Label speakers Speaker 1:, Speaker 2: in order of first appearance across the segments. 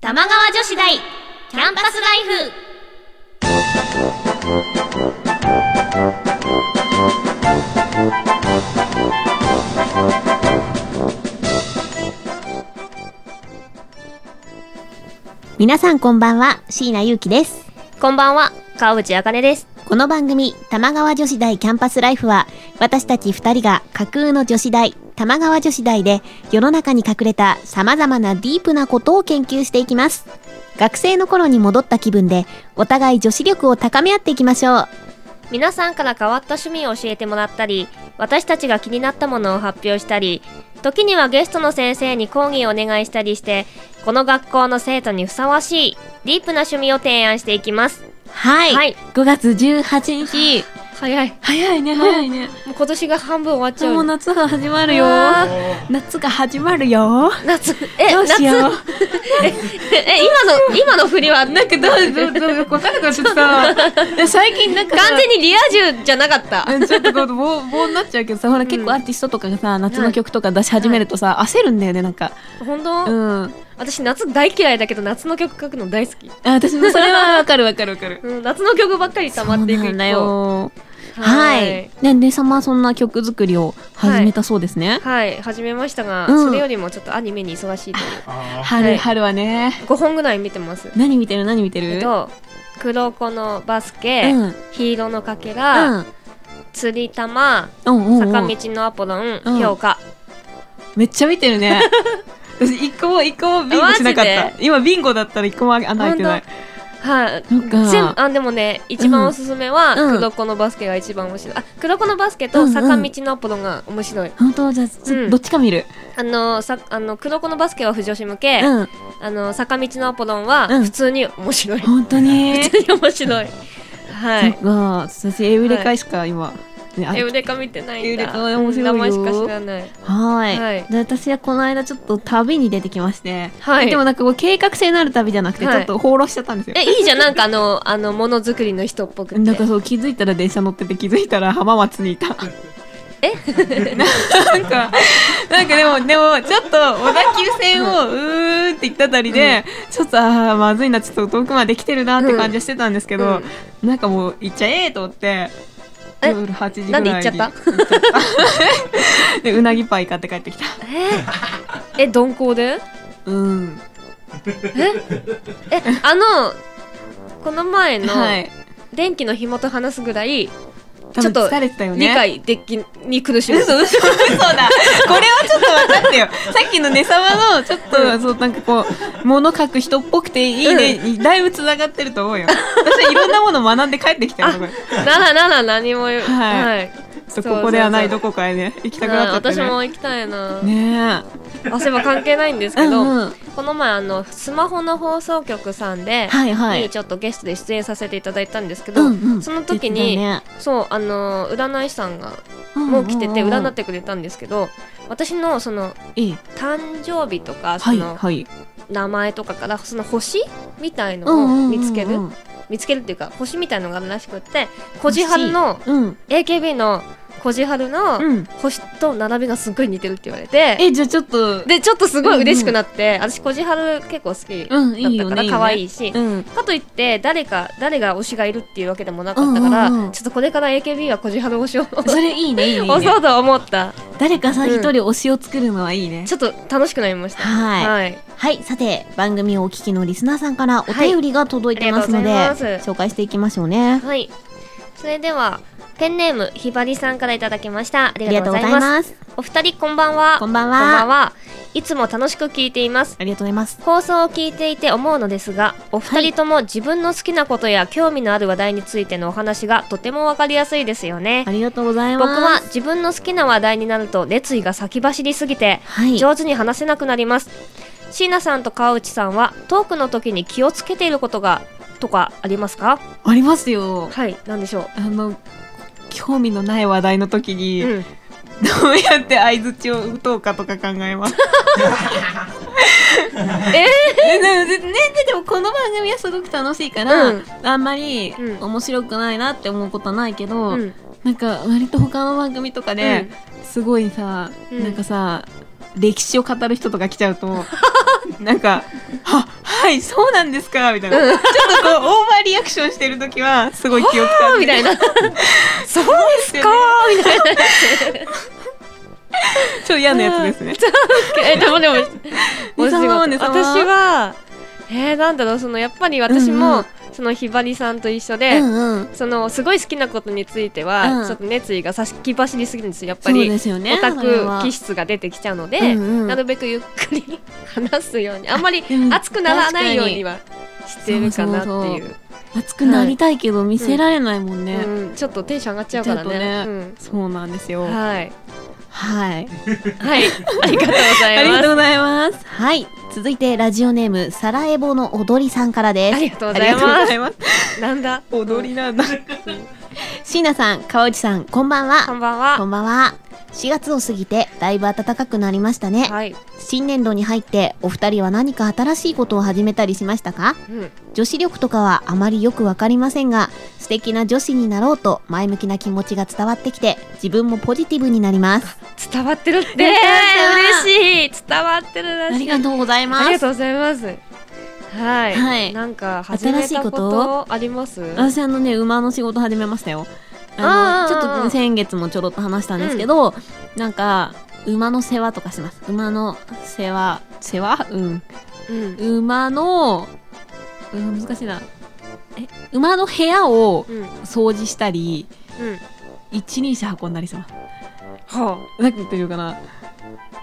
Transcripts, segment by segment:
Speaker 1: 玉川女子大キャンパスライフ
Speaker 2: 皆さんこんばんは椎名優樹です
Speaker 1: こんばんは川口あかねです
Speaker 2: この番組玉川女子大キャンパスライフは私たち二人が架空の女子大玉川女子大で世の中に隠れた様々なディープなことを研究していきます学生の頃に戻った気分でお互い女子力を高め合っていきましょう
Speaker 1: 皆さんから変わった趣味を教えてもらったり私たちが気になったものを発表したり時にはゲストの先生に講義をお願いしたりしてこの学校の生徒にふさわしいディープな趣味を提案していきます
Speaker 2: はい、
Speaker 1: はい
Speaker 2: 5月18日
Speaker 1: 早い
Speaker 2: 早いね
Speaker 1: 早
Speaker 2: いね
Speaker 1: もう今年が半分終わっちゃう
Speaker 2: 夏が始まる
Speaker 1: よ
Speaker 2: 夏が始まるよ
Speaker 1: 夏え
Speaker 2: どうしよう
Speaker 1: 夏 ええ今の今の振りはなんかどう
Speaker 3: どうどう分かんなくなっちゃったいや最近なんか さ
Speaker 1: 完全にリア充じゃなかった
Speaker 3: うん ちょっとこう棒棒になっちゃうけどさほら結構アーティストとかがさ夏の曲とか出し始めるとさ焦るんだよねなんか
Speaker 1: 本当、
Speaker 3: うん
Speaker 1: 私夏大嫌いだけど夏の曲書くの大好き、
Speaker 3: あ私もそれはわかるわかるわかる
Speaker 1: うん、夏の曲ばっかり溜まっていく
Speaker 3: そう
Speaker 1: 一
Speaker 3: なんだ
Speaker 1: 方
Speaker 3: よはいねねさまそんな曲作りを始めたそうですね
Speaker 1: はい、始めましたが、
Speaker 3: うん
Speaker 1: それよりもちょっとアニメに忙しいという。はい
Speaker 3: 春春はね
Speaker 1: 5本ぐらい見てます。
Speaker 3: 何見てる何見てる
Speaker 1: えっと、黒子のバス
Speaker 3: う
Speaker 1: ケ、
Speaker 3: んうん
Speaker 1: ヒーローのかけら、
Speaker 3: うん
Speaker 1: 釣り玉、
Speaker 3: うんうん
Speaker 1: 坂道のアポロン、
Speaker 3: うん
Speaker 1: 評価。
Speaker 3: めっちゃ見てる ね私一個も一個もビンゴしなかっ
Speaker 1: マ
Speaker 3: た
Speaker 1: ジ
Speaker 3: 今ビンゴだったら一個も穴開いてない
Speaker 1: はい、
Speaker 3: そっか
Speaker 1: 全部あでもね一番おすすめは、
Speaker 3: うん
Speaker 1: 黒子のバスケが一番面白いあ黒子のバスケ
Speaker 3: うん
Speaker 1: と
Speaker 3: うん
Speaker 1: 坂道のアポロンが面白い、
Speaker 3: 本当じゃあちょ
Speaker 1: うん
Speaker 3: どっちか見る
Speaker 1: あのさあの黒子のバスケは不女子向け、
Speaker 3: うん
Speaker 1: あの坂道のアポロンは
Speaker 3: うん
Speaker 1: 普通に面 白い、
Speaker 3: 本当に
Speaker 1: 普通に面白い は
Speaker 3: そ
Speaker 1: い
Speaker 3: っか、私エウレカしか今、ねあ
Speaker 1: エウレカ見てないんだ。
Speaker 3: エウレカは面白いよ
Speaker 1: 名前しか知らない。
Speaker 3: はーい、
Speaker 1: はい
Speaker 3: で私はこの間ちょっと旅に出てきまして、
Speaker 1: はい
Speaker 3: でもなんかこう計画性のある旅じゃなくてち
Speaker 1: はい
Speaker 3: ょっと放浪しちゃったんですよ、
Speaker 1: え、いいじゃん、なんかあの、あの、ものづくりの人っぽくて。
Speaker 3: なんかそう気づいたら電車乗ってて気づいたら 浜松にいた
Speaker 1: え
Speaker 3: なんかなんかでもでもちょっと小田急線をうーんって行ったあたりで、ちょっとあーまずいなちょっと遠くまで来てるなって感じはしてたんですけど、
Speaker 1: うん
Speaker 3: なんかもう行っちゃえと思って
Speaker 1: え
Speaker 3: 夜8時ぐら
Speaker 1: ないん
Speaker 3: に
Speaker 1: で行っちゃった
Speaker 3: 行っちゃったでうなぎパイ買って帰ってきた
Speaker 1: え、え、鈍行で
Speaker 3: うん
Speaker 1: え、あの、この前の、
Speaker 3: はい
Speaker 1: 電気の紐と話すぐらい、
Speaker 3: 多
Speaker 1: ちょ
Speaker 3: 分
Speaker 1: っと
Speaker 3: 疲れてたよね
Speaker 1: 理解できに苦しむ。
Speaker 3: 嘘嘘嘘だこれはちょっと分かってよさっきのねさまのちょっと、そうなんかこう物書く人っぽくていいね、だいぶつながってると思うよ私はいろんなもの学んで帰ってきたよそこに
Speaker 1: ならなら何も言う。
Speaker 3: はい
Speaker 1: い。
Speaker 3: ちょっとここではない
Speaker 1: そう
Speaker 3: ど
Speaker 1: そう
Speaker 3: こかへね行きた
Speaker 1: そう
Speaker 3: くなっちゃったね
Speaker 1: 私も行きたいな。
Speaker 3: ね
Speaker 1: 汗は関係ないんです
Speaker 3: え
Speaker 1: けど、
Speaker 3: うんうん
Speaker 1: この前あの、スマホの放送局さんで、
Speaker 3: はいはい
Speaker 1: にちょっとゲストで出演させていただいたんですけど、
Speaker 3: うんうん
Speaker 1: その時に、そうあの占い師さんがもう来てて占ってくれたんですけど、私のその
Speaker 3: いい
Speaker 1: 誕生日とかそ
Speaker 3: はい
Speaker 1: の
Speaker 3: はい
Speaker 1: 名前とかからその星みたいのを見つける、見つけるっていうか星みたいのがあるらしくってこじはるの
Speaker 3: うん
Speaker 1: AKB のこじはるの
Speaker 3: うん
Speaker 1: 星と並びがすっごい似てるって言われて、
Speaker 3: えじゃあちょっと
Speaker 1: でちょっとすごい嬉しくなって、私こじはる結構好きだ
Speaker 3: うんいい
Speaker 1: っ
Speaker 3: よ
Speaker 1: たか
Speaker 3: ねいい
Speaker 1: ら
Speaker 3: よね
Speaker 1: 可愛いし、
Speaker 3: うん
Speaker 1: かといって誰か誰が推しがいるっていうわけでもなかったから、
Speaker 3: うんうんうん
Speaker 1: ちょっとこれから AKB はこじはる推しを
Speaker 3: それいいねいいねいい
Speaker 1: 推
Speaker 3: ね
Speaker 1: そうと思った
Speaker 3: 誰かさ
Speaker 1: うん
Speaker 3: 一人推しを作るのはいいね
Speaker 1: ちょっと楽しくなりました
Speaker 2: はい
Speaker 1: はい、
Speaker 2: はい、さて、番組をお聞きのリスナーさんからお便りが届いてますので、
Speaker 1: はいありがとうございます
Speaker 2: 紹介していきましょうね。
Speaker 1: はいそれではペンネームひばりさんからいただきましたあ
Speaker 2: あ
Speaker 1: り
Speaker 2: り
Speaker 1: が
Speaker 2: がと
Speaker 1: と
Speaker 2: う
Speaker 1: う
Speaker 2: ご
Speaker 1: ござ
Speaker 2: ざい
Speaker 1: います
Speaker 2: ます。
Speaker 1: お二人こんばんは
Speaker 2: こんばん
Speaker 1: こんば
Speaker 2: は。
Speaker 1: んはいつも楽しく聞いています
Speaker 2: ありがとうございます。
Speaker 1: 放送を聞いていて思うのですがお二人とも自分の好きなことや興味のある話題についてのお話がとてもわかりやすいですよね
Speaker 2: ありがとうございま
Speaker 1: 僕
Speaker 2: す。
Speaker 1: は、自分の好きな話題になると熱意が先走りすぎて
Speaker 2: はい。
Speaker 1: 上手に話せなくなります椎名さんと川内さんはトークの時に気をつけていることがとかありますか
Speaker 3: ありますよ
Speaker 1: はいなんでしょ
Speaker 3: あの興味のない話題の時
Speaker 1: う、
Speaker 3: に、
Speaker 1: うん、
Speaker 3: どうやって相づちを打とうかとか考え ます。えー、でもねでもこの番組はすごく楽しいから、
Speaker 1: うん
Speaker 3: あんまり
Speaker 1: うん
Speaker 3: 面白くないなって思うことはないけど、
Speaker 1: うん
Speaker 3: なんか割と他の番組とかで、すごいさ、
Speaker 1: うん
Speaker 3: なんかさ歴史を語る人とか来ちゃうとなんか「はは
Speaker 4: はい、そうなんですかみたいな、ちょっとこうオーバーリアクションしてる時はすごい気を使
Speaker 1: あ
Speaker 4: う
Speaker 1: ー みたいな。
Speaker 4: そうです
Speaker 1: かーみたいな。
Speaker 4: ちょっと嫌なやつですね
Speaker 1: えでもでも面白かった
Speaker 4: ねさまねさま
Speaker 1: 私はえー、なんだろうそのやっぱり私も、
Speaker 3: うんうん
Speaker 1: そのひばりさんと一緒で、
Speaker 3: うんうん。
Speaker 1: そのすごい好きなことについては、
Speaker 3: うん
Speaker 1: ちょっと熱意が先走りすぎるんですよやっ
Speaker 3: そ
Speaker 1: ぱ
Speaker 3: う
Speaker 1: り、
Speaker 3: ですよね。
Speaker 1: オタ
Speaker 3: それ
Speaker 1: ク
Speaker 3: は
Speaker 1: 気質が出てきちゃうので、
Speaker 3: うんうん
Speaker 1: なるべくゆっくり話すようにあんまり
Speaker 3: うん
Speaker 1: 熱くならないようにはしてるかなっていう
Speaker 3: 熱くなりたいけど見せられないもんね。
Speaker 1: うん、ちょっとテンション上がっちゃうからね
Speaker 4: ちょっとねそうなんです
Speaker 1: う
Speaker 4: よ
Speaker 1: ん、はい
Speaker 3: はい。
Speaker 1: はいありがとうござ
Speaker 4: あ
Speaker 1: いま
Speaker 4: りが
Speaker 1: す
Speaker 4: とうございます
Speaker 3: はい。続いてラジオネーム、サラエボの踊りさんからで
Speaker 1: あ
Speaker 3: す。
Speaker 1: りがとう
Speaker 4: あ
Speaker 1: ございます
Speaker 4: います
Speaker 1: なんだ
Speaker 4: 踊りなんだ
Speaker 3: 椎名さん、川内さん、こんばん
Speaker 1: こ
Speaker 3: は。
Speaker 1: んばんは
Speaker 3: こんばんは。4月を過ぎて、だいぶ暖かくなりましたね。
Speaker 1: はい、
Speaker 3: 新年度に入って、お二人は何か新しいことを始めたりしましたか
Speaker 1: うん、
Speaker 3: 女子力とかはあまりよくわかりませんが、素敵な女子になろうと前向きな気持ちが伝わってきて、自分もポジティブになります。
Speaker 1: 伝わってるって
Speaker 3: 伝わった
Speaker 1: 嬉しい伝わってるらしい
Speaker 3: とうござい
Speaker 1: ありがとうございますはい、
Speaker 3: はい
Speaker 1: なんか始めたこ
Speaker 3: 新しいこと
Speaker 1: あります
Speaker 3: 私あのね、馬の仕事始めましたよ。
Speaker 1: あ
Speaker 3: あの、
Speaker 1: ー
Speaker 3: ちょっとね先月もちょろっと話したんですけど、なんか、馬の世話とかします。馬の世話、世話うん。
Speaker 1: うん
Speaker 3: 馬の、うん、難しいな。え、馬の部屋を
Speaker 1: うんうん
Speaker 3: 掃除したり、一輪車運んだりします。
Speaker 1: はあ
Speaker 3: なんていうかな。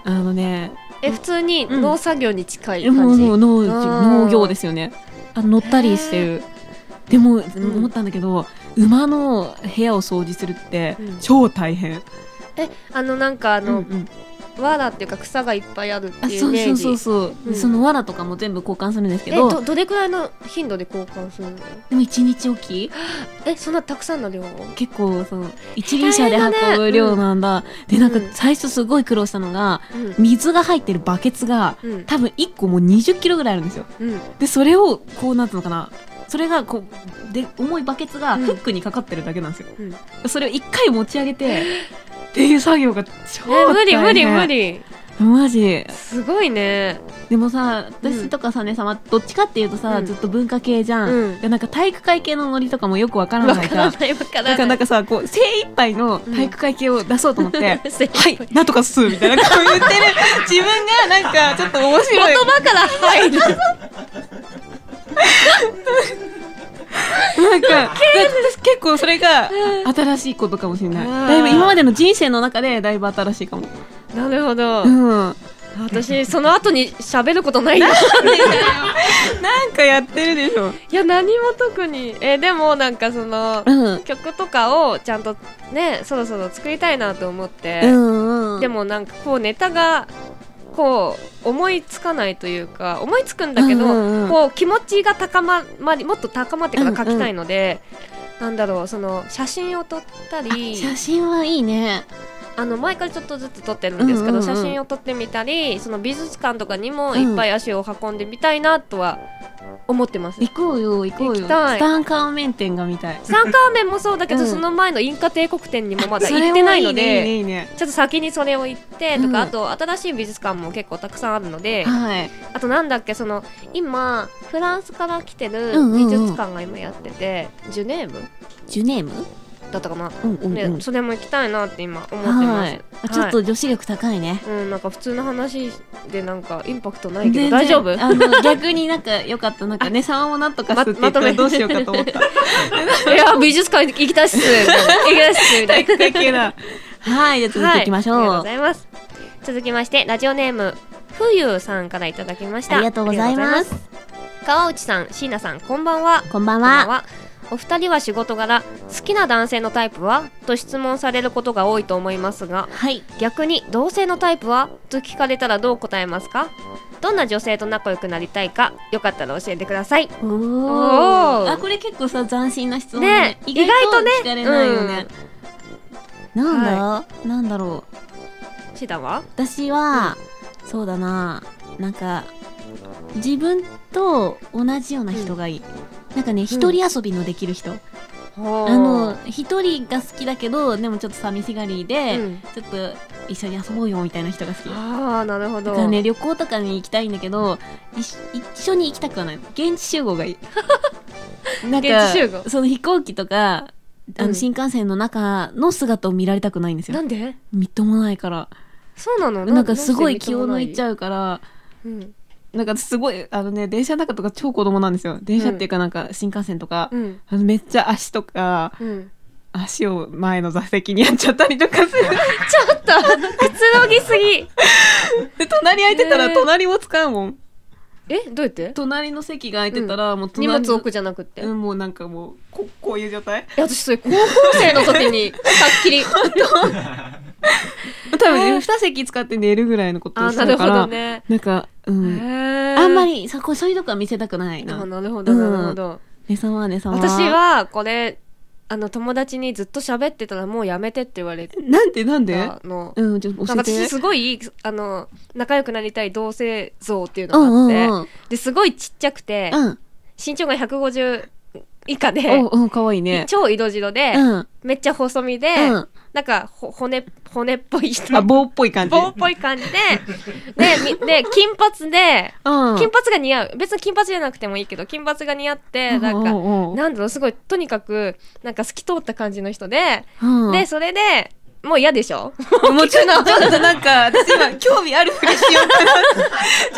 Speaker 3: あのね、
Speaker 1: え普通に
Speaker 3: うん
Speaker 1: 農作業に近い
Speaker 3: えも
Speaker 1: 感
Speaker 3: う
Speaker 1: じ、
Speaker 3: もう農業
Speaker 1: うん
Speaker 3: 農業ですよねあ乗ったりしてるでも、
Speaker 1: ん
Speaker 3: 思ったんだけど馬の部屋を掃除するって
Speaker 1: うん
Speaker 4: 超大変
Speaker 1: えあのなんかあ
Speaker 3: うん
Speaker 1: の、
Speaker 3: うん
Speaker 1: 藁っていうか草がいっぱいあるって
Speaker 3: あ
Speaker 1: いう
Speaker 3: そ
Speaker 1: イ
Speaker 3: う
Speaker 1: メ
Speaker 3: そ
Speaker 1: ー
Speaker 3: う
Speaker 1: ジ
Speaker 3: そうそう、
Speaker 1: うん
Speaker 3: その藁とかも全部交換するんですけ
Speaker 1: え
Speaker 3: ど
Speaker 1: どどれくらいの頻度で交換するの
Speaker 3: でも1日おき
Speaker 1: えそんなたくさんの量を
Speaker 3: 結構その一輪車で運ぶ量なんだでなんか
Speaker 1: うん
Speaker 3: 最初すごい苦労したのが
Speaker 1: うん
Speaker 3: 水が入ってるバケツが
Speaker 1: うん
Speaker 3: 多分1個もう20キロぐらいあるんですよ
Speaker 1: うん
Speaker 3: でそれをこうなんていうのかなそれがこうで重いバケツがフックにかかってるだけなんですよ、
Speaker 1: うん
Speaker 3: それを一回持ち上げて、っていう作業が超
Speaker 1: え無
Speaker 3: 大
Speaker 1: 理
Speaker 3: 変。
Speaker 1: 無理無。理
Speaker 3: マジ。
Speaker 1: すごいね
Speaker 3: でもさ、私とかさねさま、どっちかっていうとさ、
Speaker 1: うん
Speaker 3: ずっと文化系じゃん。
Speaker 1: うん
Speaker 3: でなんか体育会系のノリとかもよくわから
Speaker 1: わ
Speaker 3: ない
Speaker 1: か
Speaker 3: からら。
Speaker 1: ないわか
Speaker 4: だ
Speaker 1: ら
Speaker 4: から
Speaker 1: な
Speaker 4: ないんかさこう精一杯の体育会系を出そうと思って、
Speaker 1: 精一
Speaker 4: は
Speaker 1: 杯
Speaker 4: いなんとかっすみたいなこう言ってる自分がなんかちょっと面
Speaker 1: 言
Speaker 4: 白い
Speaker 1: 葉から 入る
Speaker 4: なんかだ私結構それが新しいことかもしれない
Speaker 1: あー
Speaker 4: だいぶ今までの人生の中でだいぶ新しいかも
Speaker 1: なるほど、
Speaker 4: うんなん
Speaker 1: 私その後に喋ることないんだ
Speaker 4: かやってるでしょ
Speaker 1: いや何も特にえでもなんかその
Speaker 3: うん。
Speaker 1: 曲とかをちゃんとねそろそろ作りたいなと思って、
Speaker 3: うんうん。
Speaker 1: で、もなんかこうネタがこう思いつかないというか思いつくんだけど、
Speaker 3: うんうん
Speaker 1: こう気持ちが高ままりもっと高まってから書
Speaker 3: うんう
Speaker 1: き
Speaker 3: ん
Speaker 1: たいので、なんだろうその写真を撮ったり
Speaker 3: 写真はいいね。
Speaker 1: あの毎回ちょっとずつ撮ってるんで
Speaker 3: う
Speaker 1: すけど、
Speaker 3: んうんうん
Speaker 1: 写真を撮ってみたりその美術館とかにもいっぱい足を運んでみたいなとは思ってます、
Speaker 3: 行こうよ、行こうよ。
Speaker 1: 行き
Speaker 3: ツ
Speaker 1: たい
Speaker 3: タンカーメン店が見たい。
Speaker 1: ツタンカーメンもそうだけど、
Speaker 3: うん
Speaker 1: その前のインカ帝国展にもまだ行ってないので
Speaker 4: それはいいねいいね
Speaker 1: ちょっと先にそれを行ってとか、
Speaker 3: うん
Speaker 1: あと新しい美術館も結構たくさんあるので、
Speaker 3: はい。
Speaker 1: あとなんだっけその今フランスから来てる
Speaker 3: うんうんう
Speaker 1: 美
Speaker 3: ん
Speaker 1: 術館が今やってて、ジュネーブ
Speaker 3: ジュネーム
Speaker 1: だったかな、
Speaker 3: うんうん
Speaker 1: ね
Speaker 3: うん。
Speaker 1: それも行きたいなって今思ってま
Speaker 3: は
Speaker 1: す
Speaker 3: い。あちょっと女子力高いね。
Speaker 1: うん、なんか普通の話でなんかインパクトないけど大丈夫
Speaker 3: 全然あの、逆になんか良かった。なんかね、さまもなんとかすって言った
Speaker 1: ま
Speaker 3: ら
Speaker 1: まとめ
Speaker 3: どうしようかと思 った。
Speaker 1: いや、美術館行きたいっす。 行きたいっす。みたいな。
Speaker 4: 体育会系だ
Speaker 3: はい、じゃあ続いていきましょう。
Speaker 1: はいありがとうございます。続きまして、ラジオネーム、ふゆうさんからいただきました。
Speaker 3: ありがとうございま
Speaker 1: あり
Speaker 3: す
Speaker 1: がとうございます。川内さん、椎名さん、こんばんは。
Speaker 3: こんばん
Speaker 1: こんばん
Speaker 3: は。
Speaker 1: は。お二人は仕事柄、好きな男性のタイプはと質問されることが多いと思いますが、
Speaker 3: はい。
Speaker 1: 逆に同性のタイプはと聞かれたらどう答えますかどんな女性と仲良くなりたいか、よかったら教えてください。
Speaker 3: お
Speaker 1: おー
Speaker 3: あ、これ結構さ、斬新な質問
Speaker 1: ね
Speaker 3: ね。
Speaker 1: 意
Speaker 3: 意
Speaker 1: 外
Speaker 3: 外
Speaker 1: と
Speaker 3: と
Speaker 1: ね
Speaker 3: ね。聞かれないよね。なんだ、なんだろう。
Speaker 1: シダは
Speaker 3: 私は、そうだな。なんか、自分と同じような人がいい。なんかね、一人遊びのできる人。
Speaker 1: あ
Speaker 3: あの、一人が好きだけど、でもちょっと寂しがりで、
Speaker 1: うん
Speaker 3: ちょっと、一緒に遊ぼうよみたいな人が好きだ
Speaker 1: ああなるほど
Speaker 3: からね旅行とかに行きたいんだけどいし一緒に行きたくはない現地集合が いいなんか
Speaker 1: 現地集合
Speaker 3: その飛行機とかあ
Speaker 1: うん
Speaker 3: の新幹線の中の姿を見られたくないんです
Speaker 1: な
Speaker 3: よ、
Speaker 1: んで
Speaker 3: みっともないから
Speaker 1: そうなの
Speaker 3: なんかすごい気を抜いち
Speaker 1: う、
Speaker 3: ゃうから
Speaker 1: うん
Speaker 4: なんかすごい、あのね、電車の中とか超子供なんですよ。電車っていうかなんか新幹線とか、
Speaker 1: うん
Speaker 4: あのめっちゃ足とか、
Speaker 1: うん、
Speaker 4: 足を前の座席にやっちゃったりとか する。
Speaker 1: ちょっとくつろぎすぎ
Speaker 4: で、隣空いてた
Speaker 1: へ
Speaker 4: ら
Speaker 1: ー
Speaker 4: 隣も使うもん。
Speaker 1: えどうやって
Speaker 4: 隣の席が空いてたら、もう
Speaker 1: 荷
Speaker 4: 隣
Speaker 1: 物置
Speaker 4: く
Speaker 1: くじゃなくって、
Speaker 4: うん、もうなんかもう、ここういう状態
Speaker 1: いや私それ高校生の時 にさっきり
Speaker 4: 多分、二席使って寝るぐらいのこと
Speaker 1: あ
Speaker 4: を
Speaker 1: ー
Speaker 4: し
Speaker 1: な
Speaker 4: て
Speaker 1: る
Speaker 4: る
Speaker 1: ほ
Speaker 4: から。
Speaker 1: どね、
Speaker 4: なんか、う
Speaker 1: へ
Speaker 4: ん。
Speaker 1: ー
Speaker 3: あんまりそこそういうとこは見せたくない
Speaker 1: あ
Speaker 3: な
Speaker 1: なるほどなるほど、
Speaker 3: 姉様姉様
Speaker 1: 私はこれあの友達にずっと喋ってたらもうやめてって言われ
Speaker 4: なんでなんで
Speaker 1: たの
Speaker 4: うん、ちょっと
Speaker 1: なんか
Speaker 4: 教えて。
Speaker 1: 私すごいあの仲良くなりたい同性像っていう
Speaker 3: う
Speaker 1: の
Speaker 3: んうん
Speaker 1: があって、
Speaker 3: うん
Speaker 1: ですごいちっちゃくて、
Speaker 3: うん
Speaker 1: 身長が150以下
Speaker 4: お
Speaker 1: で
Speaker 4: う、うん、かわいいね。
Speaker 1: 超色白で、
Speaker 3: うん
Speaker 1: めっちゃ細身で、
Speaker 3: うん
Speaker 1: なんかほ骨骨っぽい人
Speaker 4: あ、棒っぽい感じ。
Speaker 1: 棒っぽい感じででみで金髪で
Speaker 4: うん。
Speaker 1: 金髪が似合う別に金髪じゃなくてもいいけど金髪が似合ってなんか
Speaker 4: う。うう
Speaker 1: なんだろう、すごい、とにかく、なんか透き通った感じの人で、
Speaker 3: うん
Speaker 1: で、それで、もう嫌でしょ
Speaker 4: もうちょっと、ちょっとなんか、私今、興味あるふりしようかな。ちょ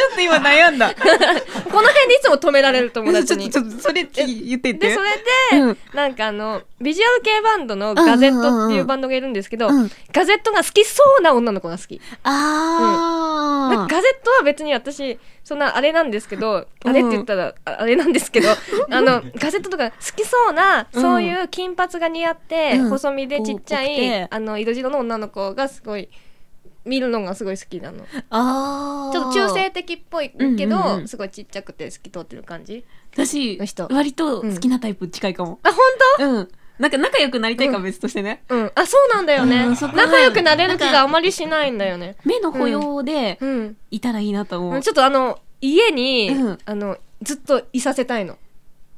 Speaker 4: っと今悩んだ。ち
Speaker 1: この辺でいつも止められる友
Speaker 4: ょっ
Speaker 1: 達
Speaker 4: と、
Speaker 1: に。
Speaker 4: ちょっと、それ言って
Speaker 1: で、
Speaker 4: て
Speaker 1: そ。れで、
Speaker 4: うん
Speaker 1: なんかあの、ビジュアル系バンドのガゼットっていうバンドがいるんですけど、
Speaker 3: うん
Speaker 1: ガゼットが好きそうな女の子が好き。
Speaker 3: あ
Speaker 1: なん
Speaker 3: ー
Speaker 1: かガゼットは別に私、そんなあれなんですけど、あれって言ったらああれなんですけど、あの、ガゼットとか好きそうな、
Speaker 3: うん
Speaker 1: そういう金髪が似合って、
Speaker 3: うん
Speaker 1: 細身でちっちゃ
Speaker 3: こう濃く
Speaker 1: い
Speaker 3: て、
Speaker 1: あの、色白の女の子がすごい、見るのがすごい好きなの。ち
Speaker 3: あー
Speaker 1: ょっと中性的っぽいけど、
Speaker 3: うんうんうん
Speaker 1: すごいちっちゃくて透き通ってる感じ。
Speaker 4: 私
Speaker 1: の人
Speaker 4: 割と好きなタイプ近いかも。
Speaker 1: あ、本
Speaker 4: うん。なんか仲良くなりたいかは別としてね。
Speaker 1: 当うん。あ、そうなんだよね。
Speaker 3: うんそこは
Speaker 1: 仲良くなれる気があまりしないんだよね。
Speaker 3: 目の保養で
Speaker 1: うん。
Speaker 3: いたらいいなと思う。
Speaker 1: ちょっとあの、家に、
Speaker 4: うん
Speaker 1: あの、ずっといさせたいの。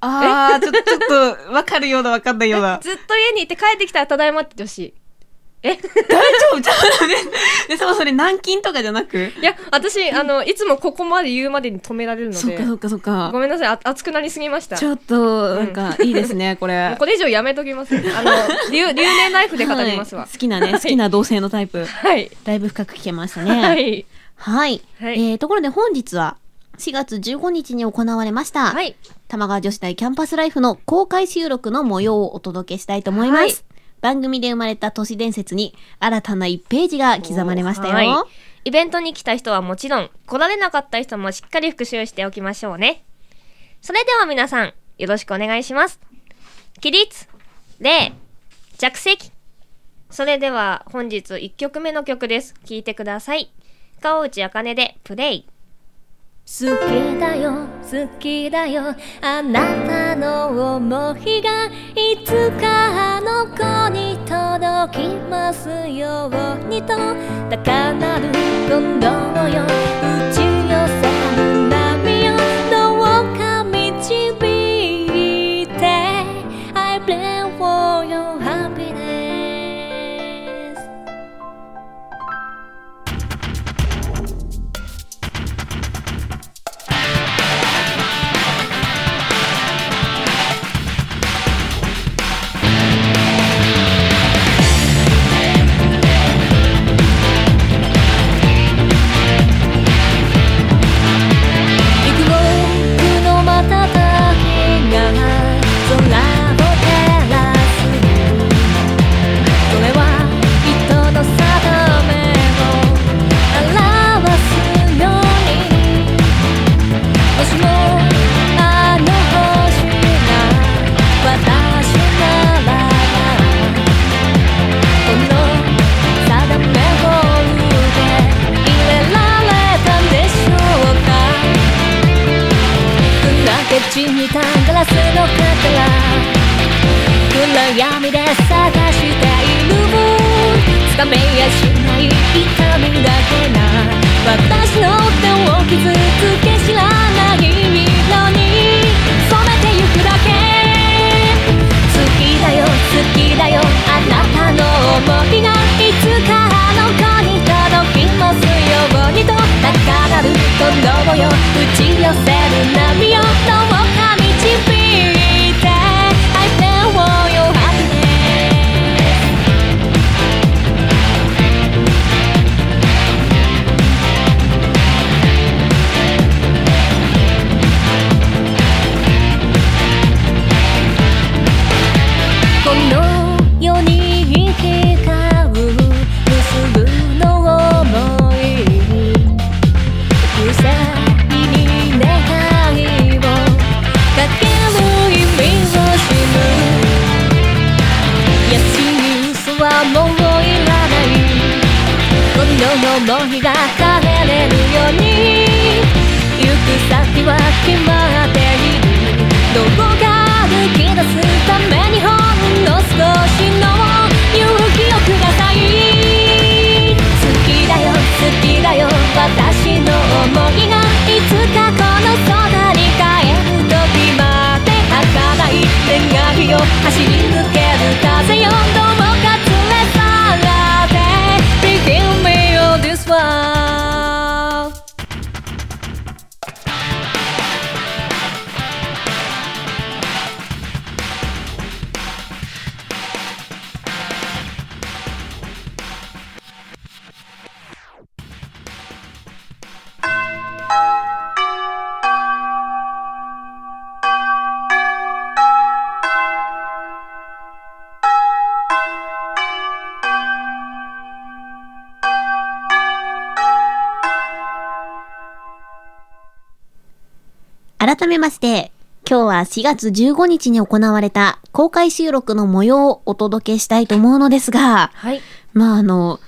Speaker 4: ああ、ちょっと、ちょっと、わかるようだ、わかんないようだ。
Speaker 1: ずっと家にいて帰ってきたらただいまって言ってほし い。
Speaker 4: 大丈夫ちょっ とね。で、そう、それ、軟禁とかじゃなく
Speaker 1: いや、私、あの、いつもここまで言うまでに止められるの
Speaker 3: そっ
Speaker 1: で
Speaker 3: か、そっかそっ
Speaker 1: ご
Speaker 3: か。
Speaker 1: めんなさい、あ熱くなりすぎました。
Speaker 3: ち
Speaker 1: も
Speaker 3: ょっと、なんか、いいですね、こ
Speaker 1: う
Speaker 3: れ。
Speaker 1: これ以上やめときます。あ の、留留年ライフで語りますわ
Speaker 3: はい。好きなね、好きな同性のタイプ。
Speaker 1: はい。
Speaker 3: だいぶ深く聞けました
Speaker 1: は
Speaker 3: ね。
Speaker 1: い。
Speaker 3: はい。
Speaker 1: は
Speaker 3: え
Speaker 1: い
Speaker 3: ーところで本日は、4月15日に行われました、
Speaker 1: はい。
Speaker 3: 玉川女子大キャンパスライフの公開収録の模様をお届けしたいと思います。
Speaker 1: はい
Speaker 3: 番組で生まれた都市伝説に新たな1ページが刻まれましたよ。
Speaker 1: はいイベントに来た人はもちろん、来られなかった人もしっかり復習しておきましょうね。それでは皆さん、よろしくお願いします。起立、礼、着席。それでは本日1曲目の曲です。聴いてください。川内茜でプレイ。好きだよ、好きだよ、あなたの思いがいつかあの子に届きますようにと高鳴る今度よ、打ち寄せる波よ、どうか導いて I pray for your happiness 幾億の瞬きが空を照らすそれは人の定めを表すようにもしもあの星が私ならこの定めを受け入れられたでしょうか砕け散ったガラスの殻暗闇で探しているつかめやしない痛みだけな私の手を傷つけ知らない色に染めてゆくだけ好きだよ好きだよあなたの想いがいつかあの子に届
Speaker 4: をよ打ち寄せる波をどうか導いて相手を弱めこの世に行き交う無数の想い不細に願いをかける意味を知る安い嘘はもういらないこの想いが変えれるように行く先は決まっているどうか抜き出すためにほんの少しの勇気をください好きだよ好きだよ私の想いがいつかこの空に変える時まで儚い願いを走り抜ける風よどうか連れ去られ Begin me on this world
Speaker 3: 改めまして、今日は4月15日に行われた公開収録の模様をお届けしたいと思うのですが、
Speaker 1: はい。
Speaker 3: まああの、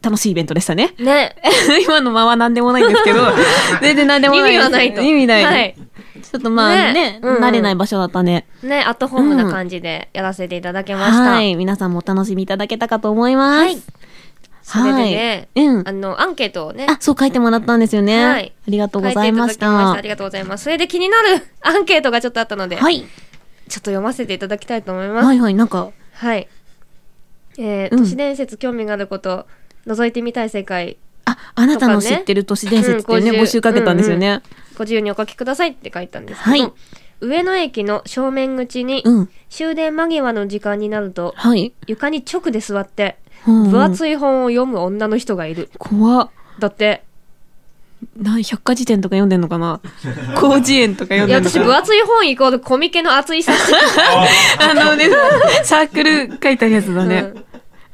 Speaker 3: 楽しいイベントでした ね。
Speaker 1: ね。
Speaker 3: 今のまま何でもないん ですけど、全然何でも
Speaker 1: 意
Speaker 3: ない。
Speaker 1: 味はないと。
Speaker 3: 意味ない。
Speaker 1: はい。
Speaker 3: ちょっとまあね、
Speaker 1: ねうん
Speaker 3: 慣れない場所だったね。
Speaker 1: ね、アットホームな感じでやらせていただきました。
Speaker 3: はい。皆さんもお楽しみいただけたかと思います。はい。
Speaker 1: それでね、
Speaker 3: うん
Speaker 1: あ。の、アンケートをね、
Speaker 3: あ、そう書いてもらったんですよね。
Speaker 1: はい
Speaker 3: ありがとうございました。
Speaker 1: 書ていただきまありがとうございます。それで気になる アンケートがちょっとあったので、
Speaker 3: はい。
Speaker 1: ちょっと読ませていただきたいと思います。は。
Speaker 3: はいいはい。なんか、
Speaker 1: えー
Speaker 3: うん
Speaker 1: 都市伝説興味があること、覗いてみたい世界、
Speaker 3: あ、あなたの
Speaker 1: とか
Speaker 3: 知
Speaker 1: ね
Speaker 3: ってる都市伝説っていうね、
Speaker 1: うん
Speaker 3: 募集かけたんですよね。
Speaker 1: ご自由にお書きくださいって書いたんですけど、
Speaker 3: はい
Speaker 1: 上野駅の正面口に、
Speaker 3: うん。
Speaker 1: 終電間際の時間になると、
Speaker 3: はい。
Speaker 1: 床に直で座って、
Speaker 3: うん
Speaker 1: 分厚い本を読む女の人がいる。
Speaker 3: 怖っ
Speaker 1: だって、
Speaker 3: な、百科事典とか読んでんのかな
Speaker 5: 広辞苑とか読ん
Speaker 1: いや、
Speaker 5: でる
Speaker 1: 私、分厚い本イコールコミケの厚い冊 子
Speaker 5: あのね、サークル書いてあるやつだね。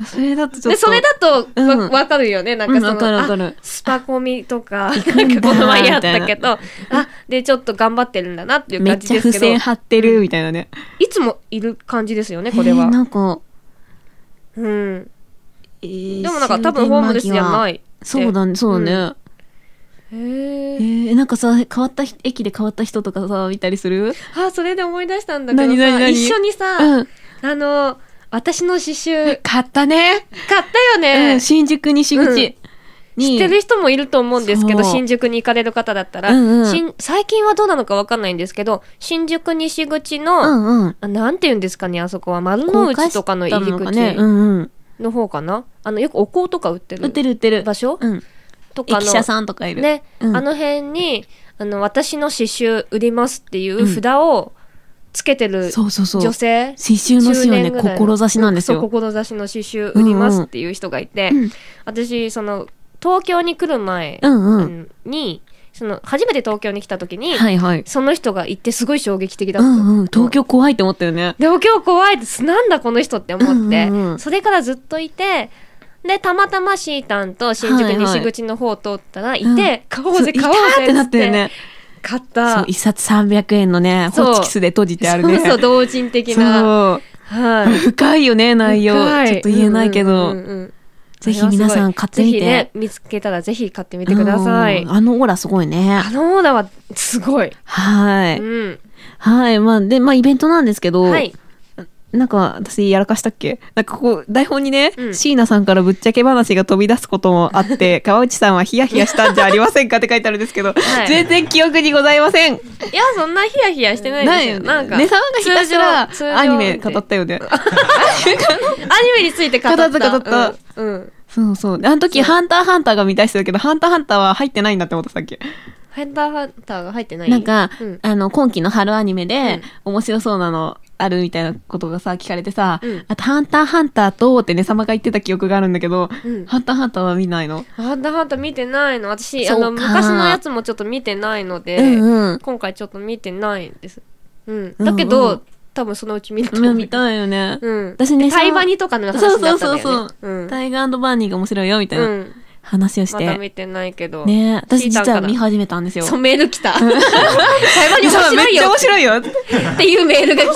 Speaker 5: それだとちょっと。
Speaker 1: で、それだと、
Speaker 3: うん
Speaker 1: わ、わかるよね。なんかその、
Speaker 3: うんわかるわかる
Speaker 1: あスパコミとか、
Speaker 3: くんだ
Speaker 1: な
Speaker 3: ー
Speaker 1: んかこの前やったけど、あ、で、ちょっと頑張ってるんだなっていう
Speaker 5: めっ
Speaker 1: 感じ
Speaker 5: ちゃ
Speaker 1: です
Speaker 5: 付
Speaker 1: けど、
Speaker 5: 箋貼ってるみたいなね。
Speaker 1: いつもいる感じですよね、これは
Speaker 3: えー。なんか、
Speaker 1: うん。
Speaker 3: えー
Speaker 1: でもなんか多分ホームレスじゃな。いって。
Speaker 3: そうだね、そうだね。
Speaker 1: へー。
Speaker 3: えー、なんかさ、変わった人、駅で変わった人とかさ、見たりする
Speaker 1: あ、それで思い出したんだけどさ、
Speaker 5: 何何何
Speaker 1: 一緒にさ、
Speaker 3: うん。
Speaker 1: あの、私の刺繍、
Speaker 5: 買ったね。
Speaker 1: 買ったよ
Speaker 3: う
Speaker 1: ね。
Speaker 3: ん、新宿西
Speaker 1: うん
Speaker 3: 口
Speaker 1: 知
Speaker 3: に。
Speaker 1: ってる人もいると思うんですけど、
Speaker 3: そう
Speaker 1: 新宿に行かれる方だったら、
Speaker 3: うんうん
Speaker 1: 新最近はどうなのかわかんないんですけど、新宿西口の、
Speaker 3: うんうん。
Speaker 1: あなんて言うんですかね、あそこは。丸の内とかの入り
Speaker 3: 高架下なのか
Speaker 1: 口
Speaker 3: ねうんうん。
Speaker 1: の方かな。あの、よくお香とか売ってる。
Speaker 3: 売ってる売ってる。
Speaker 1: 場所、
Speaker 3: うん。
Speaker 1: とかの。
Speaker 3: 駅舎さんとかいる。
Speaker 1: ね、
Speaker 3: うん
Speaker 1: あの辺に、あの、私の刺繍売りますっていう札をつけてる
Speaker 3: そうそうそう。
Speaker 1: 女性。
Speaker 3: 刺繍の死はね、
Speaker 1: 10年ぐらいの
Speaker 3: 志なんです
Speaker 1: そう、
Speaker 3: よ。
Speaker 1: 志の刺繍売りますっていう人がいて、
Speaker 3: うん
Speaker 1: 私、その、東京に来る前
Speaker 3: うんう。
Speaker 1: うんんに、その、初めて東京に来た時に、
Speaker 3: はいはい。
Speaker 1: その人が行ってすごい衝撃的だ
Speaker 3: う
Speaker 1: った。
Speaker 3: んうん。東京怖いって思ったよね。
Speaker 1: でも今日怖いです。なんだこの人って思って、
Speaker 3: うんうんうん
Speaker 1: それからずっといて、で、たまたまシータンと新宿
Speaker 3: はいはい
Speaker 1: 西口の方を通ったら、いて、
Speaker 3: うん
Speaker 1: 買おうぜ、
Speaker 3: そう
Speaker 1: 買おう
Speaker 3: いたー
Speaker 1: ぜ
Speaker 3: ってなったよね。
Speaker 1: 買っ
Speaker 3: そう
Speaker 1: た。、
Speaker 3: 一冊300円のね、
Speaker 1: そう
Speaker 3: ホチキスで閉じてあるね。
Speaker 1: そうそう、同人的な。
Speaker 3: そう
Speaker 1: はい。
Speaker 3: 深いよね、内容。
Speaker 1: 深い
Speaker 3: ちょっと言えないけ
Speaker 1: うんう
Speaker 3: ど。
Speaker 1: んうん
Speaker 3: ぜひ皆さん買ってみて
Speaker 1: ぜひね、見つけたらぜひ買ってみてください。
Speaker 3: うん
Speaker 1: あ
Speaker 3: あのオーラすごいね。
Speaker 1: のオーダーはすごい。
Speaker 3: は
Speaker 1: う
Speaker 3: い。
Speaker 1: ん。
Speaker 3: はい。まあ、で、まあ、イベントなんですけど、
Speaker 1: はい。
Speaker 3: なんか、私、やらかしたっけなんか、こう、台本にね、
Speaker 1: うん
Speaker 3: 椎名さんからぶっちゃけ話が飛び出すこともあ って、川内さんはヒヤヒヤしたんじゃありませんかって書いてあるんですけど、
Speaker 1: はい
Speaker 3: 全然記憶にございません。
Speaker 1: いや、そんなヒヤヒヤしてないですよ。なんか、
Speaker 3: ねさんがひたすら
Speaker 1: 通常
Speaker 3: アニメ語
Speaker 1: 通常
Speaker 3: ったよね。
Speaker 1: アニメについて語った。
Speaker 3: 語った語った
Speaker 1: うん。うんそうそう。であの時、ハンターハンターが見たい人だけど、ハンターハンターは入ってないんだって思った、さっき。
Speaker 4: ハンターハンターが入ってない
Speaker 3: なんか、
Speaker 4: うん
Speaker 3: あの、今期の春アニメで、面白そうなのあるみたいなことがさ、聞かれてさ、
Speaker 4: うん
Speaker 3: あと、ハンターハンターとってね、様が言ってた記憶があるんだけど、
Speaker 4: うん
Speaker 3: ハンターハンターは見ないの。
Speaker 4: ハンターハンター見てないの私
Speaker 3: そ
Speaker 4: あ
Speaker 3: うか
Speaker 4: の昔のやつもちょっと見てないので、
Speaker 3: うんうん。
Speaker 4: 今回ちょっと見てないですうんだけど、
Speaker 3: うんうん
Speaker 4: 多分そのうち見ると思う
Speaker 3: 見たいよね。
Speaker 4: うん
Speaker 3: 私ね
Speaker 4: タイバニとかの話だったんだよね
Speaker 3: そうそうそうそう
Speaker 4: うん
Speaker 3: タイガーバーニーが面白いよ、みたいな
Speaker 4: うん
Speaker 3: 話をし
Speaker 4: まだ
Speaker 3: て。
Speaker 4: 見てないけど
Speaker 3: ね私
Speaker 4: 聞いたん
Speaker 3: 実
Speaker 4: かな
Speaker 3: は見始めたんですよ。
Speaker 4: そうメール来 たタイバニ面
Speaker 1: そうめ
Speaker 4: 白
Speaker 1: っ
Speaker 4: い
Speaker 1: ちゃ
Speaker 4: よ
Speaker 1: 面白いよ。
Speaker 4: っていうメールが来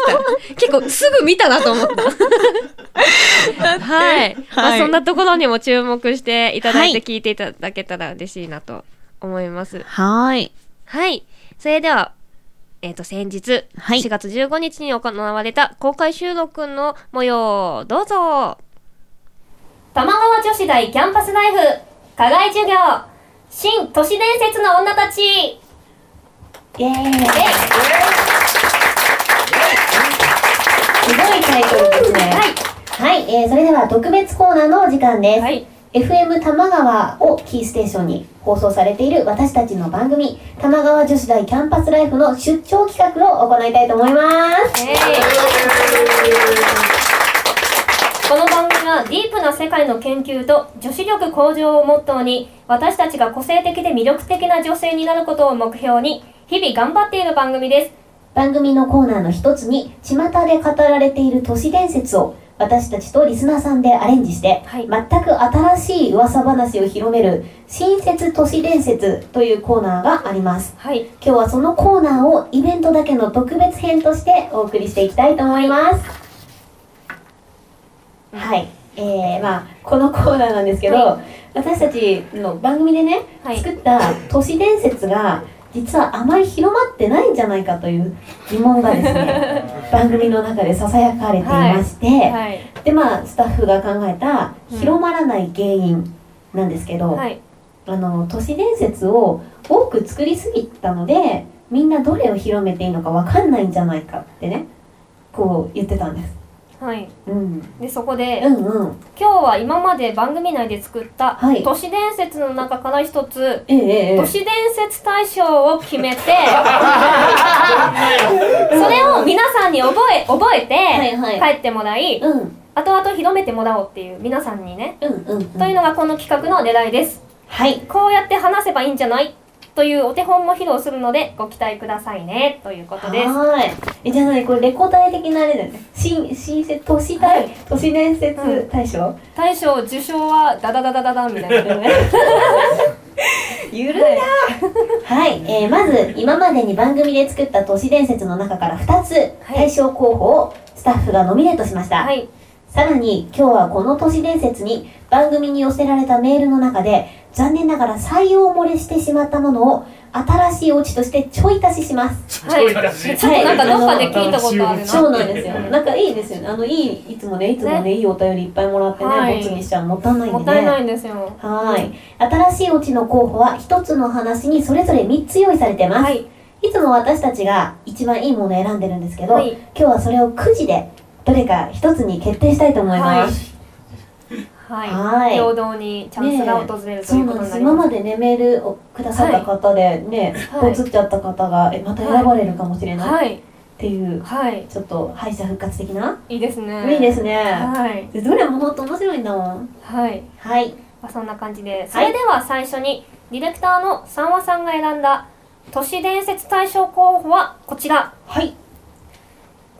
Speaker 4: た結構すぐ見たなと思った はい、まあ、
Speaker 1: はい
Speaker 4: そんなところにも注目していただい
Speaker 3: は
Speaker 4: て
Speaker 3: い
Speaker 4: 聞いていただけたら嬉しいなと思います
Speaker 3: はーい。
Speaker 4: はい。それでは、えっ、と、先日、
Speaker 3: はい
Speaker 4: 4月15日に行われた公開収録の模様をどうぞ玉川女子大キャンパスライフ課外授業新都市伝説の女たちイエーイ
Speaker 6: すごいタイトルですね。
Speaker 4: はい。
Speaker 6: はい、えーそれでは特別コーナーのお時間です。
Speaker 4: はい。
Speaker 6: FM 玉川をキーステーションに放送されている私たちの番組、玉川女子大キャンパスライフの出張企画を行いたいと思います。
Speaker 4: イエーイこの番組はディープな世界の研究と女子力向上をモットーに私たちが個性的で魅力的な女性になることを目標に日々頑張っている番組です
Speaker 6: 番組のコーナーの一つに、巷で語られている都市伝説を私たちとリスナーさんでアレンジして、
Speaker 4: はい
Speaker 6: 全く新しい噂話を広める、新説都市伝説というコーナーがあります。
Speaker 4: はい
Speaker 6: 今日はそのコーナーをイベントだけの特別編としてお送りしていきたいと思います。はい。えー、まあ、このコーナーなんですけど、
Speaker 4: は
Speaker 6: 私たちの番組でね、
Speaker 4: はい
Speaker 6: 作った都市伝説が、実はあまり広まってないんじゃないかという疑問がです ね、番組の中で囁かれていまして、
Speaker 4: はい
Speaker 6: で、まあ、スタッフが考えた
Speaker 4: うん
Speaker 6: 広まらない原因なんですけど、
Speaker 4: はい
Speaker 6: あの都市伝説を多く作りすぎたのでみんなどれを広めていいのかわかんないんじゃないかってねこう言ってたんです、
Speaker 4: はい
Speaker 6: うん、
Speaker 4: でそこ
Speaker 6: う
Speaker 4: で
Speaker 6: んうん
Speaker 4: 今日は今まで番組内で作った
Speaker 6: はい
Speaker 4: 都市伝説の中から一つ
Speaker 6: ええええ
Speaker 4: 都市伝説大賞を決 めてそれを皆さんに覚え覚え
Speaker 6: はいはい
Speaker 4: て帰ってもらい
Speaker 6: うんうん
Speaker 4: 後々広めてもらおうっていう皆さんにね
Speaker 6: うんうん
Speaker 4: というのがこの企画の狙いです
Speaker 6: はい
Speaker 4: こうやって話せばいいんじゃないというお手本も披露するのでご期待くださいねということです
Speaker 6: はーいえじゃあ何これレコ大的なあれだよね新新設都市大、都市伝説大賞、
Speaker 4: 大賞受賞はダダダダダダンみた いなね
Speaker 6: ゆるやはい、えーまず今までに番組で作った都市伝説の中から2つ大賞候補をスタッフがノミネートしました、
Speaker 4: はい
Speaker 6: さらに今日はこの都市伝説に番組に寄せられたメールの中で残念ながら採用漏れしてしまったものを新しいオチとしてちょい足しします。
Speaker 4: はいちょっとなんかどっかで聞いたことあるな
Speaker 6: そうなんですよ。なんかいいですよね。あのいいいつもねいつもねいいお便りいっぱいもらってね、
Speaker 4: はい
Speaker 6: ボツにしちゃもったいないんでね。
Speaker 4: もったいないんですよ
Speaker 6: はーい。新しいオチの候補は一つの話にそれぞれ3つ用意されてます。、
Speaker 4: はいい
Speaker 6: つも私たちが一番いいものを選んでるんですけど、
Speaker 4: はい
Speaker 6: 今日はそれをくじでどれか一つに決定したいと思います。
Speaker 4: はいはい、
Speaker 6: はい
Speaker 4: 平等にチャンスが訪れると
Speaker 6: そ
Speaker 4: いううこ
Speaker 6: な
Speaker 4: とにな
Speaker 6: んです
Speaker 4: り
Speaker 6: 今
Speaker 4: ます
Speaker 6: までねメールをくださった方でね、
Speaker 4: はい
Speaker 6: こう映っちゃった方がえまた選ばれるかもしれないっ
Speaker 4: はい
Speaker 6: ていう、
Speaker 4: はい
Speaker 6: ちょっと敗者復活的な、
Speaker 4: いいですね
Speaker 6: いいですね、
Speaker 4: はい
Speaker 6: でどれも本当面白いんだもん
Speaker 4: はい、
Speaker 6: はい
Speaker 4: まあ、そんな感じでそれでは最初にディレクターの三和さんが選んだ都市伝説大賞候補はこちら
Speaker 6: はい